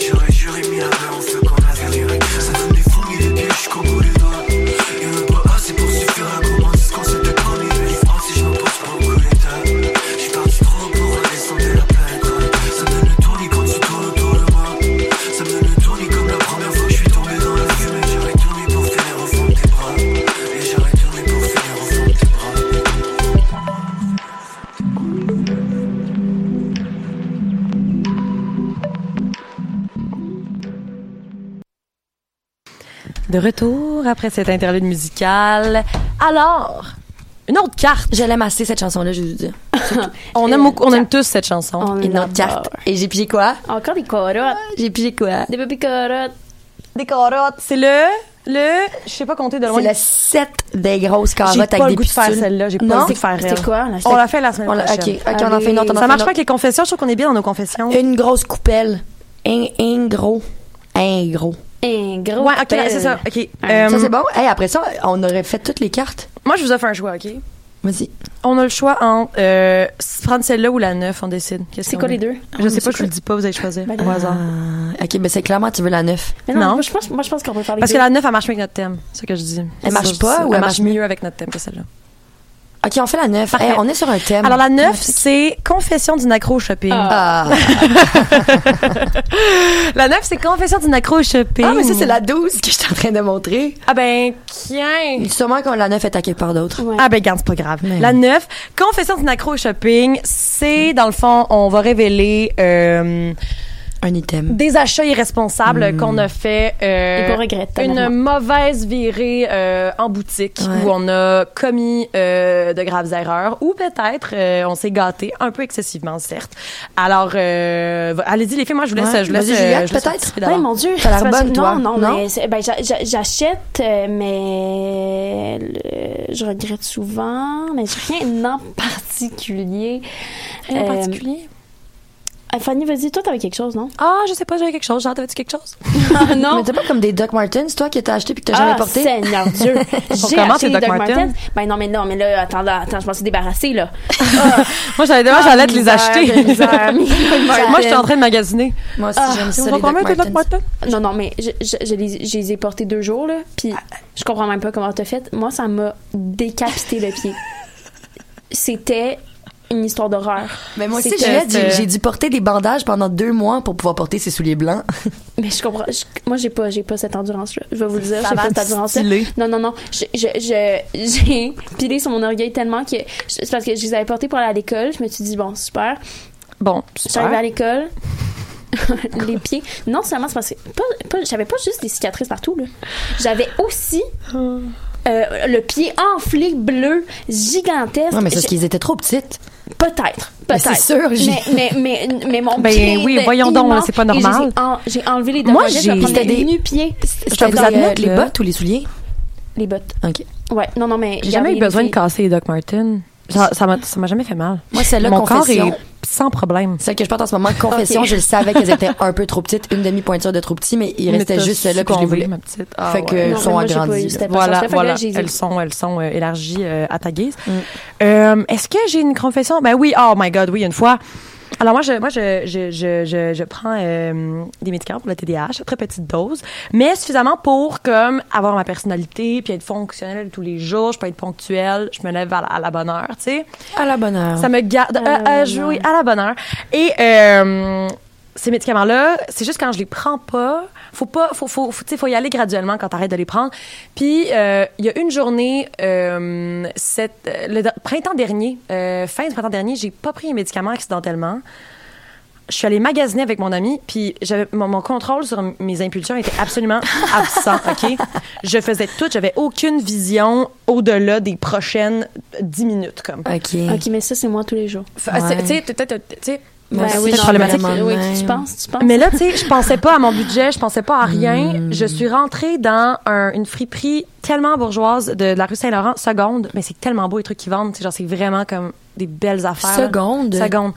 J'aurais juré mis la main au feu qu'on avait viré. Ça donne des fourmis les pieds jusqu'au bout des doigts. Et un pas assez pour suffire à comprendre ce qu'on s'était promis. Mais les francs, si je me pose pas au coup d'état. J'suis parti trop haut pour redescendre de la planète. Ça me donne le tournis quand tu tournes autour de moi. Ça me donne le tournis comme la première fois que je suis tombé dans la fumée. J'aurais tout mis pour finir au fond de tes bras. Et j'aurais tout mis pour finir au fond de tes bras. De retour après cet interlude musical. Alors, une autre carte. Je l'aime assez, cette chanson-là, je vous dis. On aime, beaucoup- on aime tous cette chanson. On Une autre carte. Et j'ai pigé quoi? Encore des carottes. J'ai pigé quoi? Des bébés carottes. Des carottes. C'est le, le, je sais pas compter de loin. C'est le 7 des grosses J'ai carottes pas avec le des goût de faire pustules. celle-là. J'ai pas Non? le goût de faire elle. C'est quoi, la On l'a fait la semaine On l'a- prochaine. ok, ok, on en fait une autre. on en fait Ça marche une pas autre. Euh, avec les confessions. Je trouve qu'on est bien dans nos confessions. Une grosse coupelle. Un, un gros. Un gros. Un Oh. Ben, gros. Ouais, ok, pelle. c'est ça. Ok. Ouais. Euh, Ça, c'est bon? Hey, après ça, on aurait fait toutes les cartes. moi, je vous offre un choix, ok? Vas-y. On a le choix entre euh, prendre celle-là ou la 9, on décide. Qu'est-ce C'est qu'on quoi veut? les deux? Je sais pas, je vous le dis pas, vous allez choisir. Ben, au hasard. Euh, ok, mais c'est clairement, tu veux la 9. Mais non, Non. Moi, je pense, moi, je pense qu'on peut faire les Parce que deux. la 9, elle marche mieux avec notre thème. C'est ce que je dis. Elle marche elle pas ou elle marche marche mieux avec notre thème que celle-là? Ok, on fait la 9. Parfait. on est sur un thème. Alors, la 9, c'est Confession d'une accro au shopping. Ah, La 9, c'est Confession d'une accro au shopping. Ah, mais ça, c'est la 12 que je suis en train de montrer. Ah, ben, tiens. Sûrement que la 9 est attaquée par d'autres. Ouais. Ah ben garde, c'est pas grave. Mais- La 9, confession d'une accro au shopping, c'est dans le fond, on va révéler euh, Un item. des achats irresponsables qu'on a fait euh, Et qu'on regrette une amèrement. mauvaise virée euh, en boutique Ouais. où on a commis euh, de graves erreurs ou peut-être euh, on s'est gâté un peu excessivement certes. Alors euh, va- allez-y les filles, moi je vous laisse, Ouais. je vous laisse Vas-y, euh, Juliette, je vous laisse peut-être? participer Ouais, d'abord. Ah, mon Dieu. T'as l'air c'est parce que- bonne, toi. Non, non, Non? mais c'est- ben, j'a- j'a- j'achète, euh, mais euh, je regrette souvent, mais j'ai rien en particulier. Rien en Euh, particulier. Euh, Fanny, vas-y, toi, t'avais quelque chose, non? Ah, je sais pas, j'avais quelque chose. Jean, t'avais-tu quelque chose? Ah, non! Mais t'as pas comme des Doc Martens, toi, que t'as acheté puis que t'as jamais porté? Ah, Seigneur Dieu. J'ai comment acheté tes des Doc Doc Martens? Martens. Ben non, mais non, mais là, attends, là, attends, je m'en suis débarrassée, là. Moi, j'allais moi, j'allais te les Misère, de acheter. misère, misère. Moi, j'étais en train de magasiner. Moi aussi, Ah, j'aime ça, On les va Doc combien de Doc Martens. Martens? Euh, Non, non, mais je, je, je les, je les ai portés deux jours, là, puis je comprends même pas comment t'as fait. Moi, ça m'a décapité le pied. C'était une histoire d'horreur. Mais moi aussi, C'était- Juliette, euh, j'ai- j'ai dû porter des bandages pendant deux mois pour pouvoir porter ces souliers blancs. Mais je comprends. je- moi, j'ai pas, j'ai pas cette endurance-là. Je vais vous le dire, Ça j'ai va, pas cette endurance-là. stylé. Non, non, non. Je- je- je- J'ai pilé sur mon orgueil tellement que. je- C'est parce que je les avais portés pour aller à l'école. Je me suis dit, bon, super. Bon, J'arrive à super. l'école. les pieds. Non seulement c'est parce que. pas- pas- J'avais pas juste des cicatrices partout, là. J'avais aussi. Ah. euh, le pied enflé bleu gigantesque. Non, mais c'est parce J'ai- qu'ils étaient trop petites. Peut-être, peut-être. c'est sûr, j'ai- Mais, mais, mais, mais mon Ben pied oui, était voyons donc, immense c'est pas et j'ai- normal. en- J'ai enlevé les deux Moi, mollets, je j'ai- me promenais C'était des- nu-pieds. Je vais vous dans- admettre, là. les bottes ou les souliers? Les bottes. OK. Ouais, non, non, mais. J'ai jamais eu regardez, besoin de les filles- casser les Doc Martens. Ça ça m'a ça m'a jamais fait mal. Moi, celle-là, Mon corps confession. est sans problème. Celle que je porte en ce moment, confession, Ok. je le savais qu'elles étaient un peu trop petites, une demi-pointure de trop petit, mais il restait juste celle-là que je les voulais. ma petite. Ah, Fait que- ouais. Elles Non, mais sont moi, j'ai pas eu agrandies, cette patience-là. Voilà, Fait que là, voilà. j'ai dit- Mm. Elles sont, elles sont euh, élargies euh, à ta guise. Euh, Est-ce que j'ai une confession? Ben oui, oh my God, oui, une fois. Alors moi, je, moi, je, je, je, je, je prends euh, des médicaments pour le TDAH, très petite dose, mais suffisamment pour comme avoir ma personnalité, puis être fonctionnelle tous les jours. Je peux être ponctuelle, je me lève à la, à la bonne heure, tu sais. À la bonne heure. Ça me garde la à, Ah. bonne jouer à la bonne heure. Et euh, ces médicaments-là, c'est juste quand je les prends pas, faut pas, faut, faut, faut, tu sais, faut y aller graduellement quand t'arrêtes de les prendre. Puis euh, il y a une journée, euh, cette- euh, le de- printemps dernier, euh, fin du printemps dernier, j'ai pas pris les médicaments accidentellement. Je suis allée magasiner avec mon ami, puis j'avais mon, mon contrôle sur m- mes impulsions était absolument absent. Ok, je faisais tout, j'avais aucune vision au-delà des prochaines dix minutes comme. OK. Ah, Ok, mais ça, c'est moi tous les jours. F- ah, c'est- Ouais. Tu sais, peut-être, euh, tu sais. Ben c'est oui, peut-être non, problématique. vraiment. Oui, Ouais. tu penses, tu penses. Mais là, tu sais, je pensais pas à mon budget, je pensais pas à rien. Je suis rentrée dans un- une friperie tellement bourgeoise de, de la rue Saint-Laurent, seconde, mais c'est tellement beau les trucs qu'ils vendent. tu sais, genre, c'est vraiment comme des belles affaires. là. Seconde? Seconde.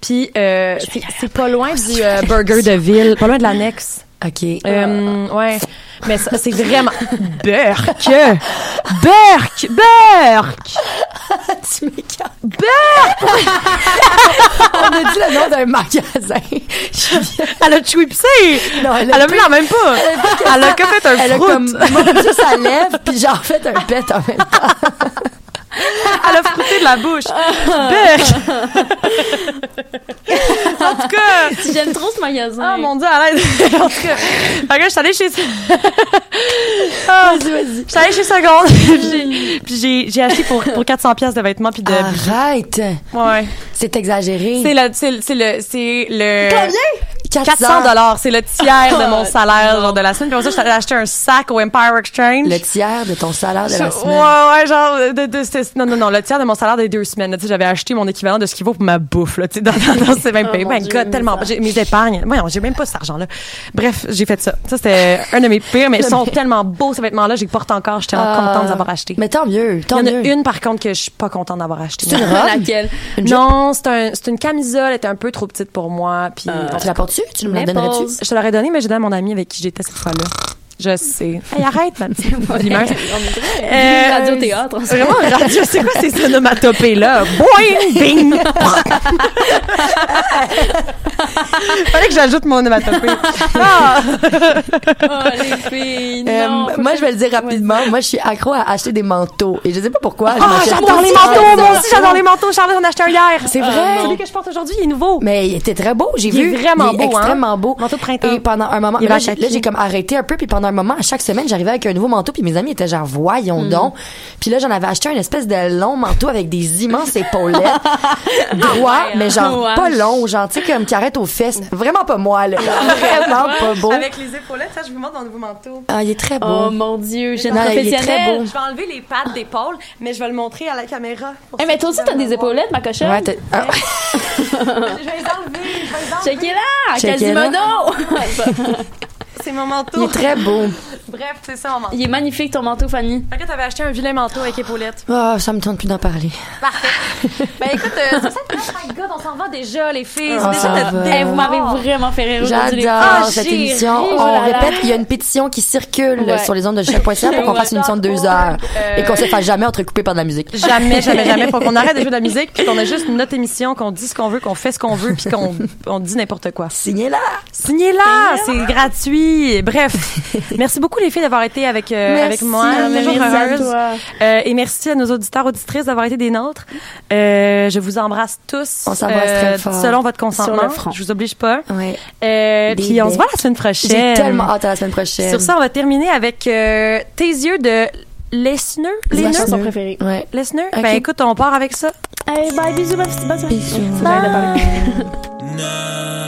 Puis, euh, c'est- c'est pas loin du euh, burger de ville, pas loin de l'annexe. OK. Euh, ouais. Mais ça, c'est vraiment. Burk! Burk! Ben, Burk! tu m'écartes. On a dit le nom d'un magasin. Elle a chewipsé! Non, elle a Elle a mis même pas! Elle a comme fait un Elle a froute. comme mordu sa lèvre, puis genre fait un pet en même temps. Elle a frotté de la bouche. Bec! en tout cas. J'aime trop ce magasin. Ah mon dieu, à l'aide. en tout cas. Fait que je suis allée chez. vas-y, vas-y. Je suis allée chez Seconde. J'ai- puis j'ai, j'ai acheté pour, pour 400 pièces de vêtements puis de. Arrête! Ouais. C'est exagéré. Ah. C'est le, c'est, le- c'est le, c'est le. 400 400 dollars, c'est le tiers de mon salaire genre de la semaine. Puis pour ça, je suis allée acheter un sac au Empire Exchange. Le tiers de ton salaire de la Je- semaine. Ouais, ouais, genre, de, de- c'était- non, non, non, le tiers de mon salaire des deux semaines. là, Tu sais, j'avais aché mon équivalent de ce qui vaut pour ma bouffe, là, tu sais, dans, dans, dans ces mêmes Oh pays. mon My Dieu, God, tellement, mais ça- j'ai- mes épargnes. Voyons, j'ai même pas cet argent-là. Bref, j'ai fait ça. Ça, c'était un de mes pires, mais ils sont tellement beaux, ces vêtements-là, je les porte encore. J'étais tellement contente de les avoir achetés. Euh, Ah. Mais tant mieux, Il y tant en mieux. a une, par contre, que je suis pas contente d'avoir acheté. C'est une robe? Laquelle? Non, c'est un, c'est une camisole, elle était un peu trop petite pour moi, puis Euh, Tu la portes-tu? Tu me la Nipples. donnerais-tu? je te l'aurais donnée, mais j'ai donné à mon ami avec qui j'étais cette fois-là. Je sais. Hey, arrête, ma petite limeuse. Euh, Radio-théâtre. on se- Vraiment, radio, c'est quoi ces onomatopées-là? Boing, bing! Fallait que j'ajoute mon onomatopée. Ah! Oh, les filles, Euh, non. m- moi, je vais le dire rapidement. Moi, je suis accro à acheter des manteaux. Et je sais pas pourquoi. je m'achète- Ah, j'adore les manteaux! Moi aussi, j'adore les manteaux. Charlotte en a acheté un hier. Euh, C'est vrai? Celui que je porte aujourd'hui, il est nouveau. Mais il était très beau, j'ai Il est vu. vraiment il beau, est hein? extrêmement beau. Manteau de printemps. Et pendant un moment, Il mais là, va j'ai, attaquer. là, j'ai comme arrêté un peu, puis pendant un moment, à chaque semaine, j'arrivais avec un nouveau manteau, puis mes amis étaient genre, voyons Hmm. donc. Puis là, j'en avais acheté un espèce de long manteau avec des immenses épaulettes, droit, mais Ah genre Ouais. pas long, genre, tu sais, comme qui arrête aux fesses. Vraiment pas moi, là. Vraiment pas beau. les épaulettes, ça, je vous montre mon nouveau manteau. Ah, il est très beau. Oh mon dieu, j'ai une Non, il est très professionnelle. beau. Je vais enlever les pattes d'épaule, mais je vais le montrer à la caméra. Eh, mais toi aussi, t'as des épaulettes, ma cochonne. Ouais, t'as- ah, Je vais les enlever, je vais les enlever. Check it out! Check it Quasimodo! c'est mon manteau. Il est très beau. Bref, c'est ça, mon manteau. Il est magnifique ton manteau, Fanny. Fait que t'avais acheté un vilain manteau avec épaulette. Ah, ça me tente plus d'en parler. Ben écoute, euh, c'est ça, oh my god, on s'en va déjà, les filles. Ah, C'est déjà ça notre va. dé- Eh, vous m'avez vraiment fait rire aujourd'hui. les J'adore filles. cette Ah, j'ai émission. ri, On oh là là. répète, il y a une pétition qui circule Ouais. Euh. sur les ondes de choc.ca pour qu'on fasse une émission de deux heures et qu'on se fasse jamais entrecoupé par de la musique. Jamais, jamais, jamais. Faut qu'on arrête de jouer de la musique, puis qu'on a juste notre émission, qu'on dit ce qu'on veut, qu'on fait ce qu'on veut, puis qu'on on dit n'importe quoi. Signez là. Signez-la, c'est gratuit. Bref, merci beaucoup les filles d'avoir été avec, euh, avec moi. Ah, mais Toujours merci à heureuse. toi. Euh, et merci à nos auditeurs auditrices d'avoir été des nôtres. Euh, je vous embrasse tous. euh, On s'embrasse très fort. Selon votre consentement. Sur le front. Je vous oblige pas. Ouais. Euh, Des puis on se becs. voit la semaine J'ai prochaine. tellement hâte à la semaine prochaine. Sur ça, on va terminer avec euh, tes yeux de Lesneux. C'est ma Lesneux? chanson préférée. Ouais. Lesneux? Ok. Ben écoute, on part avec ça. Allez, bye, bisous, ma petite- bonne soirée. Bisous. Bye. Nah.